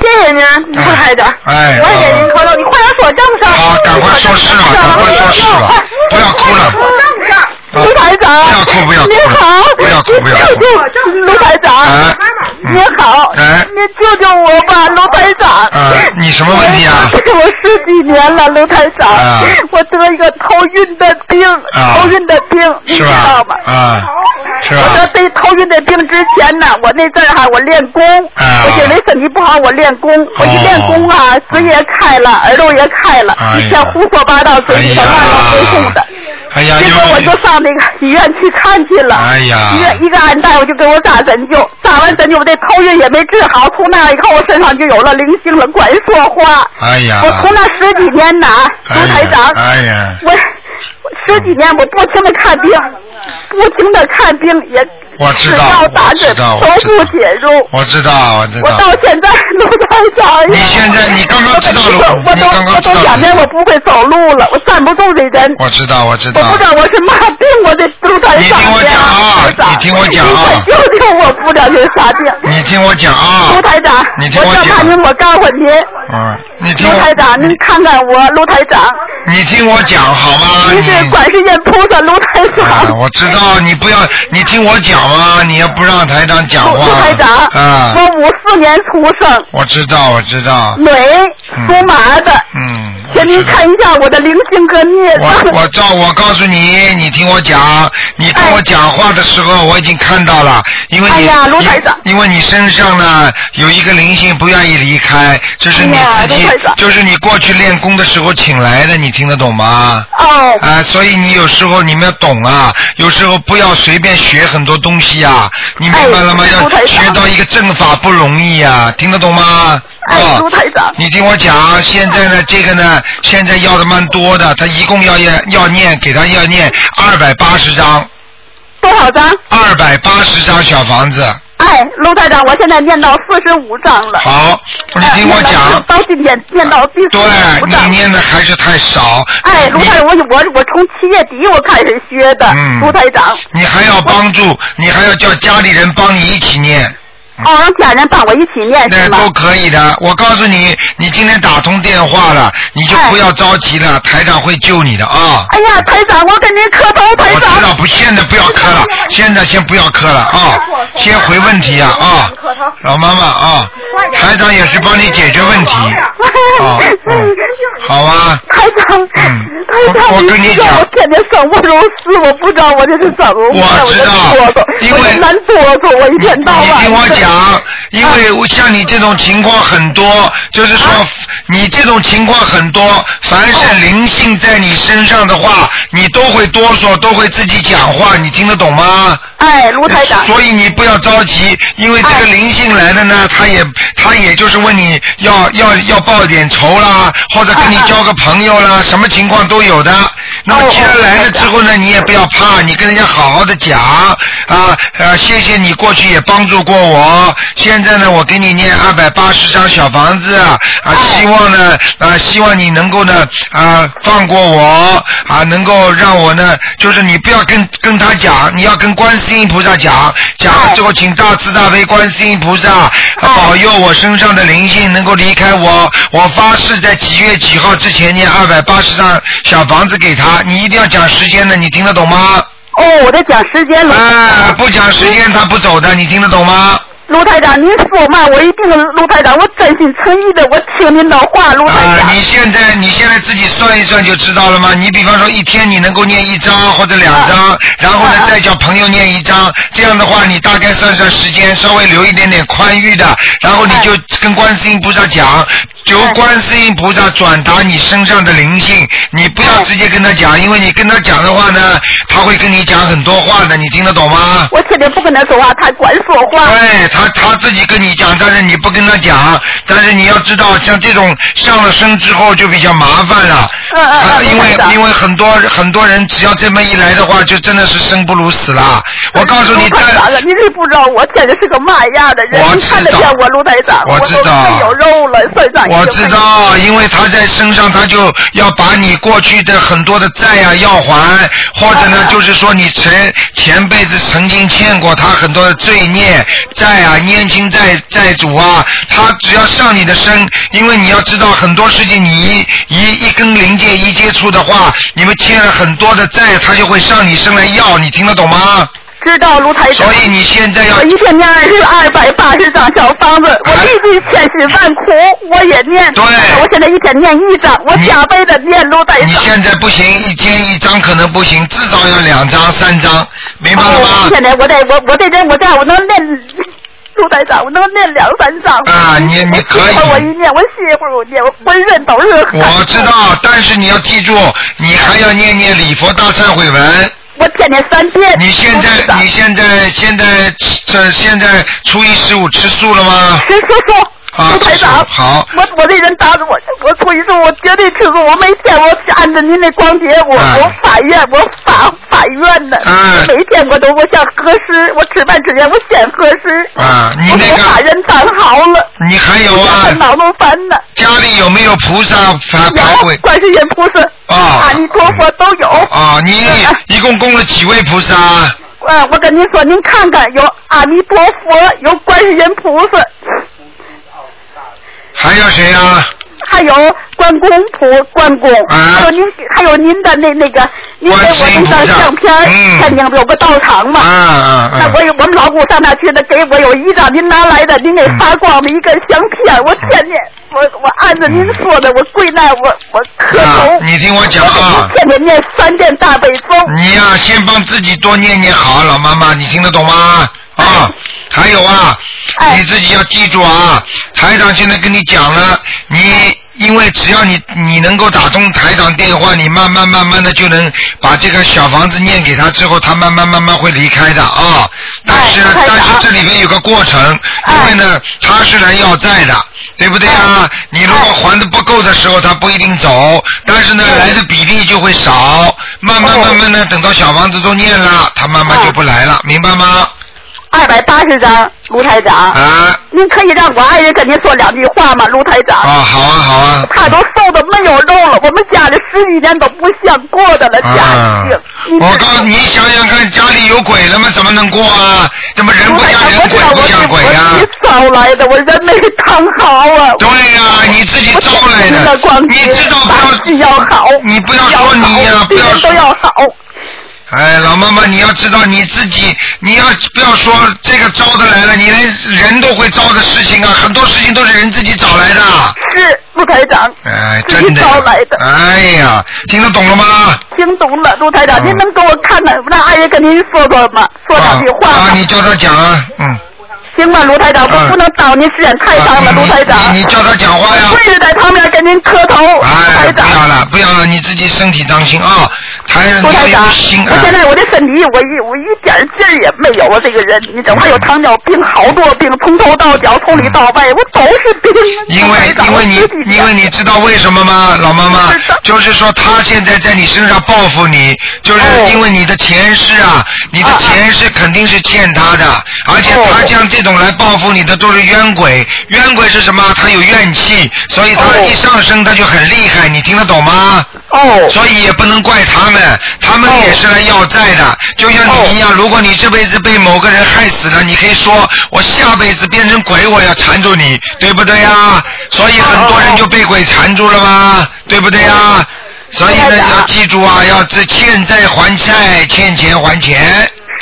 E: 谢谢您，卢台长，
A: 哎
E: 我也给您磕头，你快点说正事儿，哎
A: 好啊赶快说事了赶快说事了不要哭了
E: 说正事儿
A: 啊
E: 卢台长，
A: 不要哭不要哭
E: 您好， (laughs)
A: 不要哭不要哭
E: 卢台长，
A: 啊，嗯，嗯
E: 你好，
A: 哎
E: 你救救我吧，卢台长。
A: 啊你什么问题啊
E: 这个 (laughs) 我十几年了，卢台长，
A: 啊
E: 我得一个头晕的病，
A: 啊
E: 头晕的病，你
A: 是
E: 知
A: 吧
E: 道吗？
A: 啊是吧
E: 我得这头晕的病之前呢，我那阵儿哈，我练功，
A: 啊哦
E: 我认为身体不好，我练功，我一练功啊，嘴也开了，耳朵也开了，
A: 哎呀
E: 以前胡说八道，嘴
A: 哎
E: 里头
A: 呀
E: 乱乱哄哄的。，
A: 哎呀，
E: 结果我就上那个医院去看去了，
A: 哎呀
E: 医院一个安大夫就给我扎针灸，扎完针灸我这头晕也没治好，从那以后我身上就有了灵性了，管说话。
A: 哎呀，
E: 我从那十几年呐，卢
A: 哎呀
E: 台长，
A: 哎呀
E: 我我十几年我不停的看病，不停的看病也
A: 我知
E: 吃
A: 道
E: 药打
A: 我知
E: 针
A: 道
E: 都
A: 我知
E: 不
A: 道
E: 解入。
A: 我知道，我知
E: 我
A: 道
E: 到，现在卢台长呀，
A: 你现在你刚刚知道了
E: 我
A: 我
E: 我
A: 你
E: 都
A: 刚刚
E: 我
A: 知道
E: 都
A: 了
E: 眼见我不会走路了，我站不住这人。
A: 我知道，我知
E: 我
A: 道
E: 不知。道我是嘛病，我这肚子
A: 你听我讲啊你听我讲啊
E: 你快救救我，不知道这是啥病。
A: 你听我讲啊
E: 卢，台长，
A: 你听我
E: 我
A: 讲
E: 叫您，我告诉您，
A: 嗯，你听
E: 卢台
A: 我，
E: 长，您看看我，卢台长，
A: 你听我讲好吗？
E: 您
A: 你
E: 是管世间菩萨，卢台
A: 啊，
E: 长。
A: 我知道，你不要，你听我讲嘛，你要不让台长讲
E: 卢
A: 话。
E: 卢台长，
A: 啊，
E: 我五四年出生，
A: 我知道，我知道，
E: 女，属马的，
A: 嗯。
E: 请您看一下我的灵性和孽障。
A: 我我照我告诉你，你听我讲，你跟我讲话的时候我已经看到了，因为你、
E: 哎呀卢台长
A: 因因为你身上呢有一个灵性不愿意离开，这是你
E: 哎呀
A: 自己
E: 卢台，长
A: 就是你过去练功的时候请来的，你听得懂吗？
E: 哦，
A: 啊，所以你有时候你们要懂啊，有时候不要随便学很多东西啊，你明白了吗？
E: 哎卢
A: 要
E: 台长
A: 学到一个正法不容易啊，听得懂吗？
E: 哎
A: 啊
E: 卢台长
A: 你听我讲，现在呢，这个呢，现在要的蛮多的，他一共要要要念，给他要念二百八十张，
E: 多少张？
A: 二百八十张小房子。
E: 哎，卢台长，我现在念到四十五章了。哎
A: 好，你听我讲，啊
E: 到今天念到第四
A: 对
E: 十五
A: 你
E: 章。
A: 念的还是太少。
E: 哎，
A: 你
E: 卢台长，我我我从七月底我开始学的，
A: 嗯
E: 卢台长，
A: 你还要帮助，你还要叫家里人帮你一起念。
E: 哦，让家人帮我一起念
A: 嗯那
E: 哎是吗？
A: 都可以的。我告诉你，你今天打通电话了，你就不要着急了，台长会救你的啊。
E: 哎呀，台长，我跟您磕头，台
A: 我
E: (laughs)
A: 知道
E: 长。
A: 不，现在不要磕了，现在先不要磕了啊，先回问题啊啊，老妈妈啊，台长也是帮你解决 (laughs) 问题，啊，嗯好吧，
E: 台长，
A: 嗯
E: 台长，
A: 我我跟你
E: 你知道
A: 讲
E: 我天天生不如死，我不知道我这是怎么回事，
A: 我知道
E: 我这
A: 因为
E: 哆嗦，我这难哆嗦，我一
A: 你
E: 天到晚。
A: 听我讲，因为我像你这种情况很多，就是说、你这种情况很多，凡是灵性在你身上的话，你都会哆嗦，都会自己讲话，你听得懂吗？
E: 哎，卢台长，
A: 所以你不要着急，因为这个
E: 哎
A: 灵性来的呢，他也他也就是问你要要要报点仇啦，或者跟你
E: 哎哎
A: 交个朋友啦，什么情况都有的。那么
E: 哦
A: 既然来了之后呢，你也不要怕，你跟人家好好的讲啊呃，谢谢你过去也帮助过我，现在呢，我给你念二百八十张小房子啊，
E: 哎
A: 希望呢啊，希望你能够呢啊放过我啊，能够让我呢，就是你不要跟跟他讲，你要跟观世音菩萨讲，讲了之后，请大慈大悲观世音菩萨、啊保佑我身上的灵性能够离开我，我发誓在几月几号之前念二百八十张小房子给他，你一定要讲时间的，你听得懂吗？
E: 哦，我在讲时间了。
A: 啊，不讲时间他不走的，你听得懂吗？
E: 卢台长，您说嘛，我一定，卢台长，我真心诚意的，我听您的话，卢台
A: 啊，
E: 长。
A: 你现在你现在自己算一算就知道了吗？你比方说一天你能够念一张或者两张，然后呢
E: 啊
A: 再叫朋友念一张，这样的话你大概算算时间，稍微留一点点宽裕的，然后你
E: 哎
A: 就跟观世音菩萨讲，求观世音菩萨转达你身上的灵性，你不
E: 哎
A: 要直接跟他讲，因为你跟他讲的话呢，他会跟你讲很多话的，你听得懂吗？
E: 我天天不跟他说话，他管说话。
A: 对哎他他自己跟你讲，但是你不跟他讲，但是你要知道，像这种上了身之后就比较麻烦了。
E: 嗯嗯
A: 啊，
E: 嗯
A: 因为
E: 是的
A: 因为很多很多人只要这么一来的话，就真的是生不如死了。我告诉你，
E: 卢台长
A: 但
E: 啊，您是不知道我天天是个嘛样的人
A: 我，
E: 你
A: 知道
E: 看得见我卢台长，
A: 我
E: 我
A: 知道
E: 都没有肉了，身上已经
A: 我知道，
E: 嗯
A: 因为他在身上，他就要把你过去的很多的债啊要还，或者
E: 嗯
A: 呢，就是说你前前辈子曾经欠过他很多的罪孽债啊，年轻债债主啊，他只要上你的身，因为你要知道很多事情，你一一一跟灵界一接触的话，你们欠了很多的债，他就会上你身来要，你听得懂吗？
E: 知道卢台长
A: 所。以你现在要
E: 我一天念二十二百八十张小房子，我历尽千辛万苦，我也念。
A: 哎对
E: 我现在一天念一张，我
A: 你
E: 加倍的念卢台
A: 你
E: 长。
A: 现在不行，一天一张可能不行，至少要两张、三张，明白了
E: 哦
A: 吗？
E: 现在我得我我这人我这样我能练陆台长，我能练两三张。
A: 啊你你可以
E: 我媳妇儿我一念，我媳妇儿我念，我我认都是。
A: 我知道，但是你要记住，你还要念念礼佛大忏悔文。
E: 我天天三遍。
A: 你现
E: 陆台长
A: 在你现在现在这现在初一十五吃素了吗？
E: 吃吃素。
A: 啊
E: 陆台长，
A: 吃素好
E: 我我这人打着我，我初一十五我绝对吃素，我每天我去按着您的光碟，我、
A: 啊
E: 我法院我法法院的，
A: 啊
E: 每天我都我想核实，我吃饭之前我先核实，
A: 啊你
E: 我
A: 那
E: 我
A: 个
E: 把人站好了，
A: 你还有啊
E: 我？脑都烦呢。
A: 家里有没有菩萨牌牌
E: 有
A: 位？
E: 观世音菩萨、
A: 哦
E: 阿弥陀佛都有。
A: 哦，
E: (laughs)
A: 你
E: 嗯
A: 一共供了几位菩萨？
E: 呃，我跟您说，您看看，有阿弥陀佛，有观世音菩萨，
A: 还有谁啊？
E: 还有关公菩关公，
A: 啊
E: 还有您还有您的那那个，您给我
A: 观世音
E: 那
A: 菩萨
E: 张相片儿，
A: 嗯
E: 天津不有个道场
A: 啊
E: 吗？
A: 啊
E: 那
A: 啊
E: 我！有我们老姑上那去的，给我有一张您拿来的，您给发光的一个相
A: 嗯
E: 片，我天天我我按着您说的，我跪那我我磕
A: 啊
E: 头，，
A: 你听我讲
E: 我
A: 啊嗯
E: 给您，天天念三遍大悲咒，
A: 你哎呀、先帮自己多念念好，老妈妈，你听得懂吗？啊
E: 哎，
A: 还有啊，
E: 哎
A: 你自己要记住啊，台长现在跟你讲了，你因为只要你你能够打通台长电话，你慢慢慢慢的就能把这个小房子念给他之后，他慢慢慢慢会离开的啊。但是、
E: 哎台
A: 但
E: 长
A: 是这里面有个过程，
E: 哎
A: 因为呢、他是来要债的，对不对啊？你如果还的不够的时候，他不一定走，但是呢来的比例就会少，慢慢
E: 哦
A: 慢慢呢，等到小房子都念了，他慢慢就不来了，明白吗？
E: 二百八十张，卢台长。
A: 啊
E: 您可以让我爱人跟您说两句话吗，卢台长？
A: 啊，好啊好啊。
E: 他都瘦的没有肉了，我们家里十几年都不像过的了，家
A: 啊
E: 里。！
A: 我告诉你，想想看，家里有鬼了吗？怎么能过啊？怎么人
E: 卢
A: 不
E: 台
A: 像
E: 长，
A: 人，
E: 我
A: 鬼
E: 知道
A: 不像鬼啊呀、
E: 我自己招来的，我人没当好啊。
A: 对呀、你自己招来
E: 我
A: 的
E: 的光，
A: 你
E: 碟
A: 知道不
E: 把
A: 要
E: 戏要好，
A: 你不要说你呀、
E: 好
A: 不
E: 别
A: 要
E: 人
A: 说
E: 都要好。
A: 哎，老妈妈，你要知道你自己，你要不要说这个招的来了，你连人都会招的事情啊，很多事情都是人自己找来的。
E: 是卢台长，
A: 哎，
E: 自己
A: 真的
E: 招来。的
A: 哎呀，听得懂了吗？
E: 听懂了，卢台长，
A: 嗯
E: 您能给我看看，让爱人跟您说说吗？说两句话
A: 啊啊，
E: 吗？
A: 你叫他讲啊，嗯。
E: 行吗，卢台长，
A: 嗯
E: 我不能耽误您时间太长了，
A: 啊
E: 卢台长。
A: 你你你叫他讲话呀。
E: 跪着在旁边给您磕头，卢
A: 哎，
E: 台
A: 不
E: 长。
A: 要了，不要了，你自己身体当心啊！台
E: (laughs)
A: 上
E: 卢台
A: 你要
E: 长，
A: 有心
E: 我
A: 啊！
E: 现在我的身体，我一我一点劲儿也没有，我这个人，你知道，还有糖尿病，好多病，从头到脚，从里到外，我都是病。啊
A: 因
E: (laughs)
A: 为
E: 卢台长
A: 因为
E: 我自
A: 你
E: 己
A: 因为你知道为什么吗，老妈妈
E: 知道？
A: 就是说他现在在你身上报复你，就是
E: 哦
A: 因为你的前世啊，你的
E: 啊啊
A: 前世肯定是欠他的，而且
E: 哦
A: 他像这种来报复你的都是冤鬼，冤鬼是什么？他有怨气，所以他
E: 哦
A: 一上升他就很厉害，你听得懂吗？
E: 哦，
A: 所以也不能怪他们，他们也是来要债
E: 哦
A: 的。就像你一样，如果你这辈子被某个人害死了，你可以说我下辈子变成鬼，我要缠住你，对不对呀、所以很多人就被鬼缠住了嘛，对不对呀、啊所以呢，
E: 哦对的
A: 要记住啊，要是欠债还债，欠钱还钱。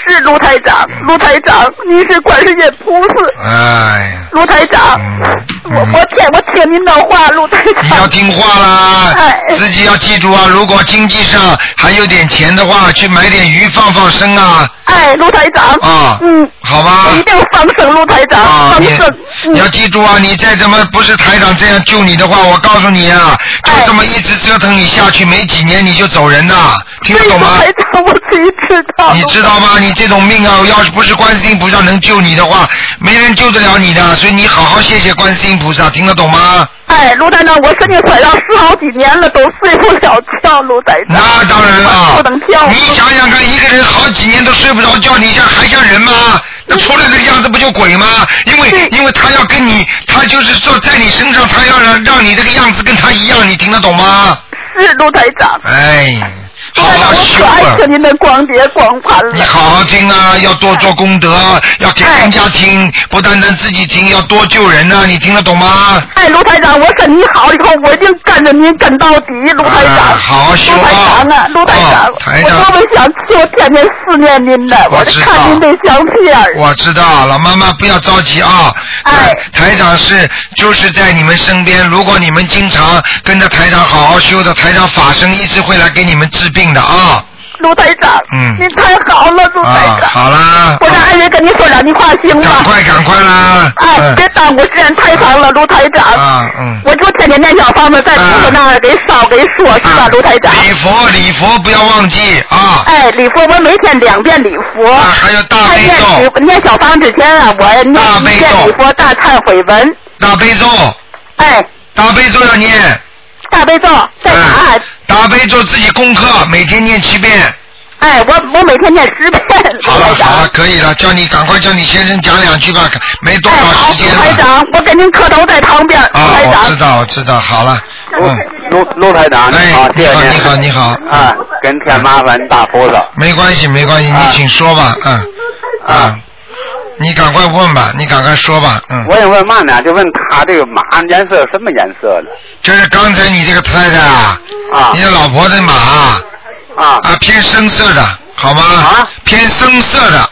E: 是卢台长，卢台长，您是观世音菩萨，
A: 哎呀，
E: 卢台长
A: 嗯，嗯
E: 啊我我听我听您的话，卢台
A: 你要
E: 长。
A: 听话啦
E: 哎，
A: 自己要记住啊。如果经济上还有点钱的话，去买点鱼放放生啊，
E: 哎，卢台长。
A: 啊
E: 嗯。
A: 好吧？
E: 我一定放生，卢台长，
A: 啊，
E: 放
A: 你
E: 生。嗯
A: 你要记住啊！你再怎么不是台长这样救你的话，我告诉你啊，就
E: 哎
A: 这么一直折腾你下去，没几年你就走人呐，听得
E: 这
A: 懂
E: 个
A: 吗
E: 台？长，我自己知道。
A: 你知道吗？你这种命啊，要是不是观世音菩萨能救你的话，没人救得了你的。所以你好好谢谢观世音菩萨，听得懂吗？
E: 哎，卢台长，我身体摔了十好几年了，都睡不了觉，卢台长。
A: 那当然啊
E: 我
A: 了
E: 不能跳。，
A: 你想想看，一个人好几年都睡不着觉，你像还像人吗？那出来的样子不就鬼吗？因为因为他要跟你，他就是说在你身上，他要让让你这个样子跟他一样，你听得懂吗？
E: 是卢台长，
A: 哎，好好修
E: 我可
A: 啊
E: 爱！听您的光碟光盘
A: 你
E: 了。
A: 好好听啊，要多做功德，啊要给人家听，不单单自己听，要多救人啊呐、你听得懂吗？
E: 哎，卢台长，我跟你好以后，我一定跟着您跟到底，卢台
A: 啊
E: 长。
A: 好好修
E: 卢台
A: 啊
E: 长啊，卢台长，
A: 哦台
E: 我
A: 长
E: 多么想就天天思念您呢，
A: 我
E: 我
A: 知
E: 就
A: 道
E: 看您这相片儿。
A: (laughs) 我知道，老妈妈不要着急啊。
E: 哎
A: 台台长是就是在你们身边，如果你们经常跟着台长好好修的，台长法身一直会来给你们治病的啊。
E: 卢台长，
A: 嗯
E: 您太好了，卢台
A: 啊，
E: 长。
A: 好啦
E: Oh 我，让爱人跟您说两句话
A: 赶
E: 行吗？
A: 快赶快啦。
E: 哎，
A: 嗯
E: 别耽误时间太长了，卢台长。
A: 啊嗯。
E: 我就天天念小方子，在菩萨那儿给烧给说，是吧，卢台长？
A: 啊礼佛礼佛不要忘记啊。
E: 哎，礼佛我每天两遍礼佛，
A: 啊，还有大
E: 还
A: 悲
E: 念
A: 咒，
E: 礼念小方之前啊，我念
A: 大悲
E: 一遍
A: 咒
E: 礼佛大忏悔文，
A: 大悲咒，
E: 哎，
A: 大悲咒要念。
E: 大悲咒在哪哎
A: 嗯
E: 儿？。
A: 大悲咒自己功课，每天念七遍。
E: 哎，我我每天念十遍，
A: 好
E: 卢
A: 了
E: 台长。
A: 好了，可以了，叫你赶快叫你先生讲两句吧，没多
E: 哎，
A: 少
E: 好，
A: 时间
E: 卢台
A: 了。
E: 长，我给您磕头在旁
F: (laughs)
E: 边，卢
A: 啊，
E: 台
A: 我
E: 长
A: 知。道我知道，好了，嗯，
F: 陆陆台长，啊你好
A: 哎，，
F: 谢
A: 你好
F: 谢您。
A: 你好你好，
F: 啊，跟天麻烦大菩萨
A: 没关系没关系，你
F: 啊
A: 请说吧，嗯
F: 啊
A: 啊，，你赶快问吧，你赶快说吧，嗯。
F: 我也问嘛呢，就问他这个马颜色什么颜色的
A: 就是刚才你这个太太啊，
F: 啊
A: 你的老婆的马啊
F: 啊，
A: 啊偏深色的，好吗？
F: 啊，
A: 偏深色的，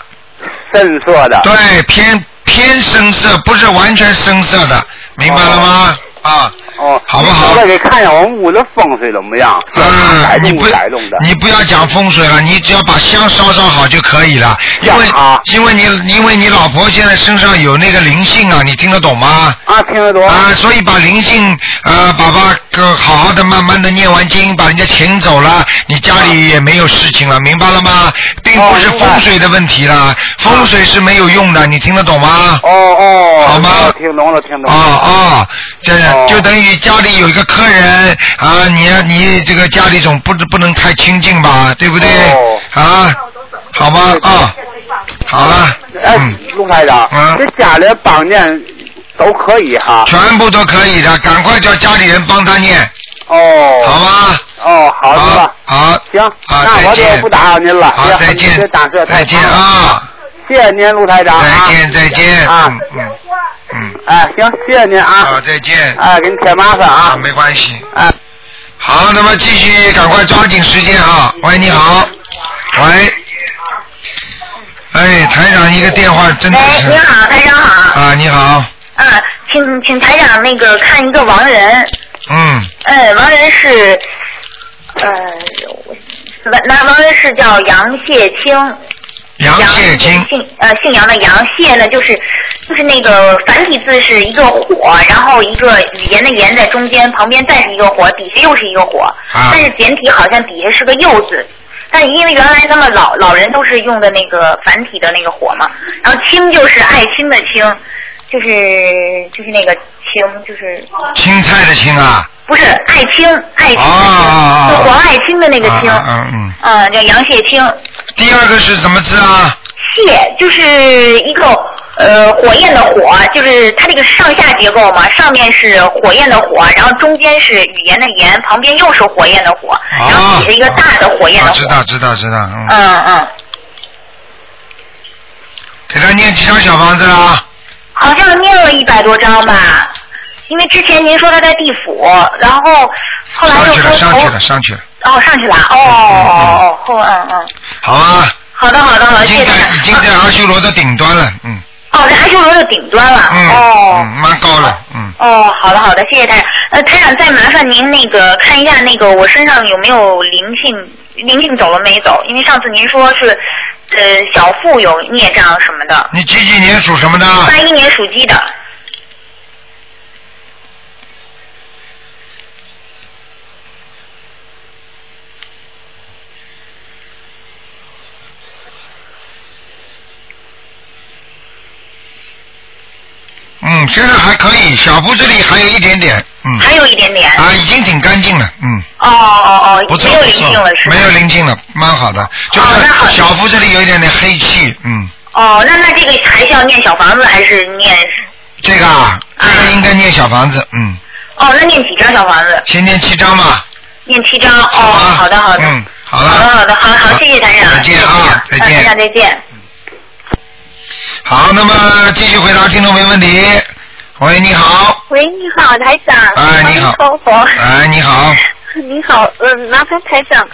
F: 深色的
A: 对，偏偏深色，不是完全深色的，明白了吗？啊，
F: 哦，
A: 好不好
F: 我也给看一下我们屋子风水怎么样，这
A: 嗯
F: 改，
A: 你
F: 动
A: 不
F: 不改动的，
A: 你不要讲风水了，你只要把香烧烧好就可以了，因为、
F: 香啊
A: 因为你因为你老婆现在身上有那个灵性啊，你听得懂吗？
F: 啊，听得懂？
A: 啊，所以把灵性呃，把把个好好的慢慢的念完经，把人家请走了，你家里也没有事情了，明白了吗？并不是
F: 哦明白
A: 风水的问题啦，风水是没有用的，你听得懂吗？
F: 哦哦，
A: 好吗
F: 我听懂了，听懂
A: 啊
F: 了。
A: 啊，这
F: 哦
A: 就等于家里有一个客人啊，你你这个家里总不不能太亲近吧，对不对？
F: 哦
A: 啊，好吗？啊，好了，
F: 哎
A: 嗯，，
F: 陆台长
A: 嗯，
F: 这家里帮念都可以哈。
A: 全部都可以的，赶快叫家里人帮他念，好
F: 哦，
A: 吗？
F: 哦，好的吧。
A: 好，
F: 行，
A: 啊
F: 那
A: 再
F: 我就
A: 见
F: 不打扰您了。
A: 好，
F: 也
A: 再
F: 很
A: 见
F: 您打断，
A: 再见！啊，
F: 谢谢您，陆台长啊。
A: 再见，再见，
F: 啊
A: 嗯嗯嗯，
F: 哎，行，谢谢您
A: 好，
F: 啊。
A: 再见，
F: 哎，给您添麻烦
A: 啊，
F: 啊。
A: 没关系，
F: 哎。
A: 好，那么继续，赶快抓紧时间啊！喂，你好，喂，哎，台长一个电话真的
G: 喂，
A: 是
G: 哎你好，台长好。
A: 啊，你好，
G: 嗯、请请台长那个看一个亡人，
A: 嗯，
G: 嗯，亡人是，呃，我那亡人是叫杨谢清，
A: 杨谢清，
G: 姓呃姓杨的杨，谢呢就是就是那个繁体字是一个火，然后一个语言的言在中间，旁边再是一个火，底下又是一个火，
A: 啊
G: 但是简体好像底下是个又字。但是因为原来他们老老人都是用的那个繁体的那个火嘛，然后青就是爱青的青，就是就是那个青，就是
A: 青菜的青啊，
G: 不是爱青爱青的青，
A: 哦
G: 就黄爱青的那个青，
A: 啊啊嗯
B: 呃
G: 嗯，叫杨谢青。
A: 嗯，第二个是什么字啊？
G: 蟹就是一个呃火焰的火，就是它这个上下结构嘛，上面是火焰的火，然后中间是语言的言，旁边又是火焰的火，然后
A: 啊
G: 底下一个大的火焰
A: 啊
G: 的
A: 知
G: 火。
A: 道知道知道，嗯，
G: 嗯嗯，
A: 给他念几张小房子啊？
G: 好像念了一百多章吧，因为之前您说他在地府，然后后来
A: 上
G: 又
A: 去
G: 说
A: 了，上去了，
G: 哦
A: 上
G: 哦上去
A: 去了，
G: 了，哦哦哦，后嗯嗯，
A: 好啊，
G: 好的好的好的，
A: 已
G: 谢谢啊
A: 经
G: 大
A: 在已经在
G: 家。
A: 阿修罗的顶端了，嗯
G: 哦，在阿修罗的顶端了，
A: 嗯，
G: 哦。
A: 嗯蛮高了，嗯，
G: 哦，好的好的，谢谢台长。呃，台长再麻烦您那个看一下那个我身上有没有灵性，灵性走了没走？因为上次您说是，呃，小腹有孽障什么的。
A: 你几几年属什么的？
G: 八一年属鸡的，
A: 嗯，现在还可以，小腹这里还有一点点，嗯，
G: 还有一点点。
A: 啊，已经挺干净了，嗯，
G: 哦哦
A: 不
G: 哦，
A: 错
G: 没有
A: 不
G: 灵性了是吧哦
A: 错，没有。灵性了，蛮好的，就是
G: 那好
A: 小腹这里有一点点黑气，嗯，
G: 哦，那那这个还是要念小房子还是念？
A: 这个啊，这
G: 啊
A: 个应该念小房子，嗯，
G: 哦，那念几张小房子？
A: 先念七张吧，
D: 念七章哦，好的好的，
A: 嗯，好了，
D: 好的好的，好好，谢谢台长，
A: 再见啊
D: 谢
A: 再见
D: 谢台长嗯台长再见。
A: 好，那么继续回答听众朋友问题。喂，你好，
B: 喂，你好，台长。
A: 哎你好
B: 阿弥陀佛。
A: 哎，你好，
B: 你好，嗯，麻烦台长，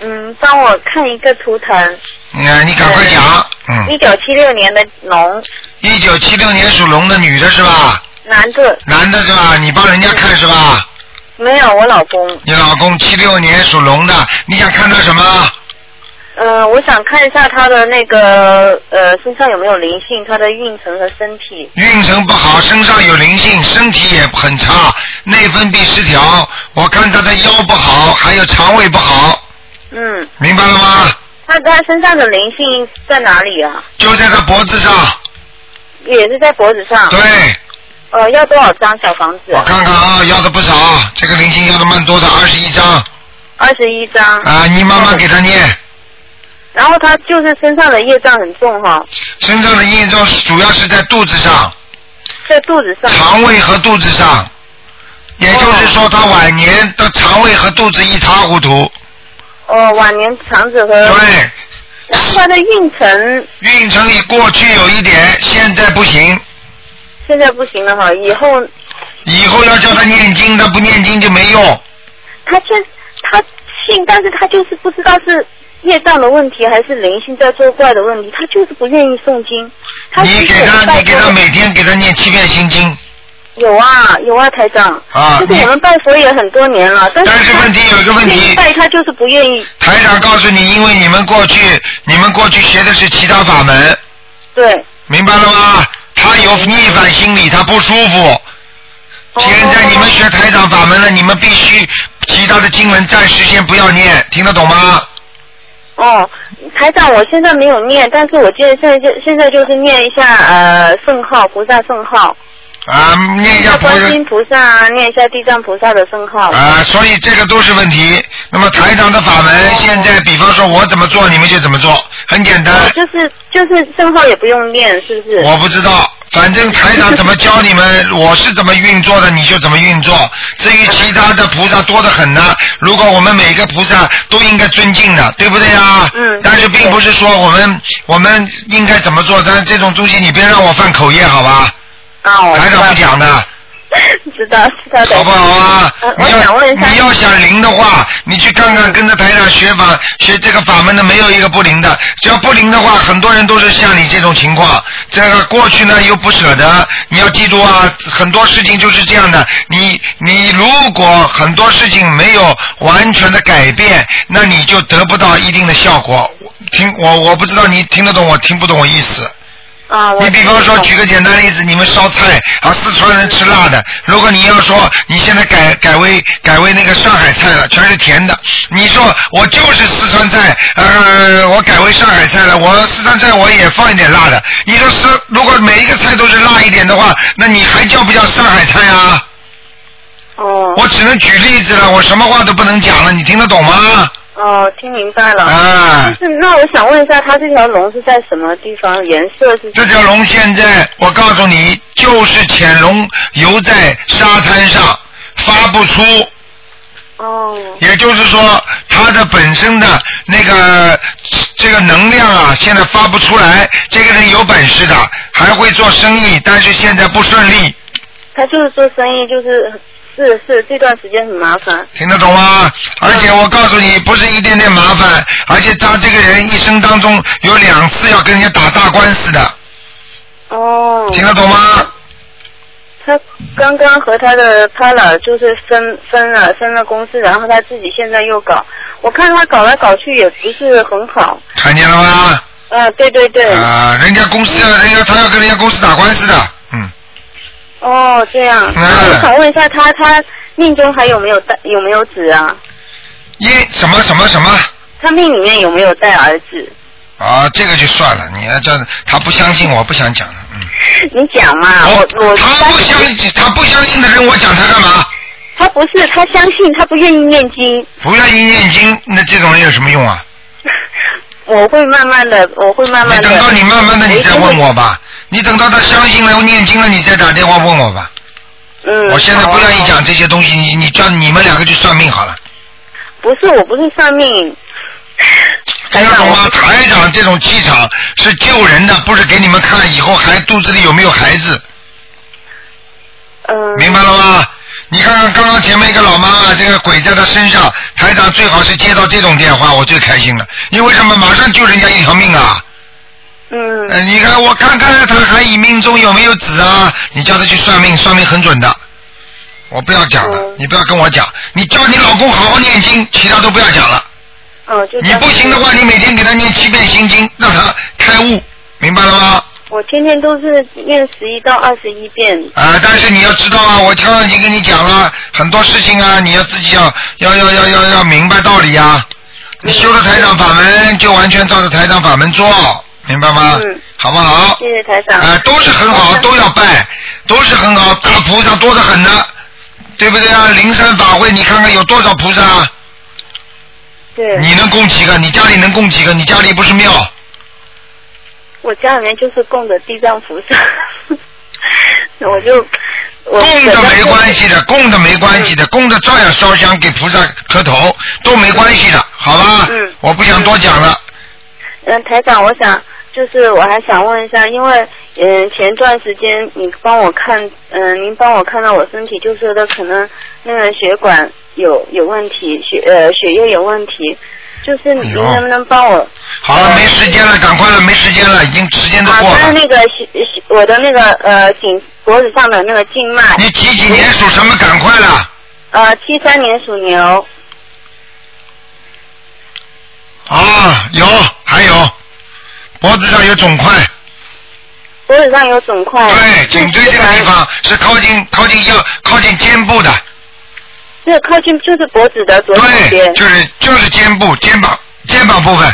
B: 嗯，帮我看一个图腾。
A: 你、哎你赶快讲，嗯，
B: 一九七六年的龙，
A: 一九七六年属龙的女的是吧？
B: 男的，
A: 男的是吧？你帮人家看是吧？
B: 没有我老公。
A: 你老公七六年属龙的，你想看他什么？
B: 嗯，我想看一下他的那个呃身上有没有灵性，他的运程和身体。
A: 运程不好，身上有灵性，身体也很差，内分泌失调。我看他的腰不好，还有肠胃不好，
B: 嗯，
A: 明白了吗？
B: 他他身上的灵性在哪里啊？
A: 就在他脖子上。
B: 也是在脖子上。
A: 对，
B: 呃，要多少张小房子
A: 我？看看啊，要的不少，这个灵性要的蛮多的，二十一张
B: 二十一张。
A: 啊，你慢慢给他念。
B: 然后他就是身上的业障很重哈、
A: 身上的业障主要是在肚子上、
B: 在肚子上。
A: 肠胃和肚子上，也就是说他晚年的肠胃和肚子一塌糊涂。
B: 哦，晚年肠子和。
A: 对，
B: 然后他的运程
A: 运程里过去有一点，现在不行。
B: 现在不行了哈，以后
A: 以后要叫他念经，他不念经就没用。
B: 他现他信，但是他就是不知道是业障的问题还是灵性在作怪的问题，他就是不愿意诵经。他
A: 你给
B: 其实
A: 他
B: 有，拜
A: 你给他
B: 佛
A: 每天给他念七遍心经
B: 有啊有啊，台长。
A: 啊。
B: 就是
A: 你
B: 我们拜佛也很多年了，但是
A: 但是
B: 他
A: 问题有一个问题
B: 愿意拜他就是不愿意，
A: 台长告诉你，因为你们过去，你们过去学的是其他法门，
B: 对，
A: 明白了吗？他有逆反心理，他不舒服。
B: 哦
A: 现在你们学台长法门了，你们必须其他的经文暂时先不要念，听得懂吗？
B: 哦，台长，我现在没有念，但是我记得现在就现在就是念一下呃圣号，菩萨圣号，
A: 啊，念一下佛
B: 观世音菩萨啊，念一下地藏菩萨的圣号。
A: 啊，所以这个都是问题。那么台长的法门，现在比方说我怎么做，你们就怎么做，很简单。
B: 哦就是就是圣号也不用念，是不是？
A: 我不知道，反正台长怎么教你
B: (laughs)
A: 们，我是怎么运作的，你就怎么运作。至于其他的菩萨多得很呢，如果我们每个菩萨都应该尊敬的，对不对啊？
B: 嗯
A: 但是并不是说我们我们应该怎么做，但这种东西你别让我犯口业，好吧？
B: 啊，我
A: 台
B: 知
A: 长
B: 道
A: 不，讲的，
B: 知道知道的。
A: 好不好啊
B: 呃？我
A: 你
B: 想
A: 要
B: 问一下，
A: 你要想灵的话，你去看看跟着台长学法学这个法门的，没有一个不灵的。只要不灵的话，很多人都是像你这种情况。这个过去呢又不舍得，你要记住啊，很多事情就是这样的。你你如果很多事情没有完全的改变，那你就得不到一定的效果。我听我我不知道你听得懂我听不懂我意思。
B: 啊，我
A: 你比方说，举个简单例子，你们烧菜啊，四川人吃辣的。如果你要说你现在改改为改为那个上海菜了，全是甜的，你说我就是四川菜，呃，我改为上海菜了，我四川菜我也放一点辣的。你说是，如果每一个菜都是辣一点的话，那你还叫不叫上海菜啊？
B: 哦
A: 我只能举例子了，我什么话都不能讲了，你听得懂吗？
B: 哦，听明白了。
A: 啊
B: 就，是那我想问一下，它这条龙是在什么地方？颜色是？
A: 这条龙现在，我告诉你，就是潜龙游在沙滩上，发不出。
B: 哦
A: 也就是说，它的本身的那个这个能量啊，现在发不出来。这个人有本事的，还会做生意，但是现在不顺利，
B: 他就是做生意，就是是是这段时间很麻烦。
A: 听得懂吗？而且我告诉你，不是一点点麻烦，而且他这个人一生当中有两次要跟人家打大官司的，
B: 哦，
A: 听得懂吗？
B: 他刚刚和他的 partner 就是分分了，分了公司，然后他自己现在又搞，我看他搞来搞去也不是很好。
A: 看见了吗？
B: 嗯、对对对。
A: 啊、人家公司，
B: 嗯
A: 人家他要跟人家公司打官司的，嗯。
B: 哦，这样。
A: 嗯
B: 那我想问一下他，他命中还有没有带有没有子啊？
A: 因什么什么什么
B: 他命里面有没有带儿子？
A: 啊，这个就算了，你要叫他不相信，我不想讲了，嗯。
B: 你讲嘛，我我
A: 哦他不相信，他不相信的人，我讲他干嘛？
B: 他不是他相信，他不愿意念经。 (laughs)
A: 不愿意念经，那这种人有什么用啊？
B: 我会慢慢的，我会慢
A: 你
B: 慢的。
A: 等到你慢慢的，你再问
B: 我
A: 我吧。你等到他相信了念经了，你再打电话问我吧。
B: 一定会。嗯。
A: 我现在
B: 好啊
A: 不愿意。讲这些东西，你你叫你们两个去算命好了。
B: 好不是，我不是算命。
A: 这种啊，台长这种气场是救人的，不是给你们看以后还肚子里有没有孩子。明白了吗？你看看刚刚前面一个老妈妈，这个鬼在她身上，台长最好是接到这种电话，我最开心了，因为什么？马上救人家一条命啊！
B: 嗯。
A: 呃，你看我看看她还以命中有没有子啊？你叫她去算命，算命很准的。我不要讲了，你不要跟我讲，你叫你老公好好念经，其他都不要讲了。
B: 嗯，就
A: 你不行的话，你每天给他念七遍心经，让他开悟，明白了吗？
B: 我天天都是念十一到二十一遍。
A: 啊，但是你要知道啊，我刚刚已经跟你讲了很多事情啊，你要自己要要要要要要明白道理啊。你修了台长法门，就完全照着台长法门做，明白吗？
B: 嗯
A: 好不好？
B: 谢谢台长。
A: 啊，都是很好，都要拜，都是很好，大菩萨多得很呢，对不对啊？灵山法会，你看看有多少菩萨啊？
B: 对。
A: 你能供几个？你家里能供几个？你家里不是庙？
B: 我家里面就是供的地藏菩萨， (laughs) 我就我
A: 供的没关系的，
B: 嗯
A: 供的没关系的，供的照样烧香给菩萨磕头都没关系的，好吧？
B: 嗯
A: 我不想多讲了。
B: 嗯，台长，我想就是我还想问一下，因为嗯前段时间你帮我看，嗯您帮我看到我身体就是的可能那个血管有有问题，血呃血液有问题，就是您
A: 哎呦
B: 能不能帮我？
A: 好
B: 嗯
A: 了，没时间了，赶快了，没时间了，已经时间都
B: 啊，
A: 过
B: 就是
A: 了。
B: 那个血血我的那个呃颈脖子上的那个静脉，
A: 你几几年属什么？赶快了。嗯
B: 呃七三年属牛，
A: 啊，有，还有，脖子上有肿块，
B: 脖子上有肿块，
A: 对，颈椎这个地方是靠近靠近腰、靠近肩部的，
B: 这靠近就是脖子的左手
A: 对，
B: 边，
A: 就是就是肩部、肩膀、肩膀部分，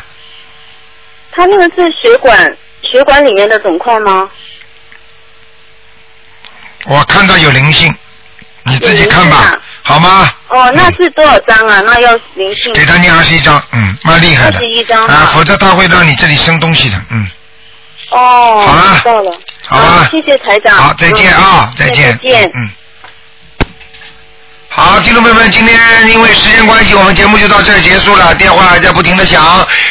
B: 它那个是血管血管里面的肿块吗？
A: 我看到有灵性，你自己看
B: 有灵
A: 吧
B: 性啊，
A: 好吗？
B: 哦，那是多少张啊？那要灵性
A: 给他念二十一章，嗯，蛮厉害的。
B: 21章哈
A: 啊，否则他会让你这里生东西的，嗯，
B: 哦，
A: 好了
B: 知道了，
A: 好吧。
B: 哦谢谢台长，
A: 好，再见啊
B: 嗯，
A: 再见，
B: 再见。
A: 嗯。好，听众朋友们，今天因为时间关系，我们节目就到这儿结束了。电话还在不停的响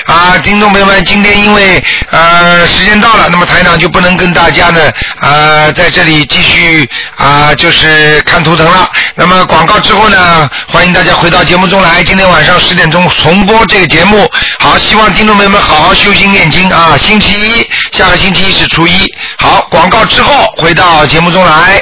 A: 啊，听众朋友们，今天因为呃时间到了，那么台长就不能跟大家呢呃在这里继续啊、就是看图腾了。那么广告之后呢，欢迎大家回到节目中来。今天晚上十点钟重播这个节目。好，希望听众朋友们好好修心念经啊。星期一，下个星期一是初一。好，广告之后回到节目中来。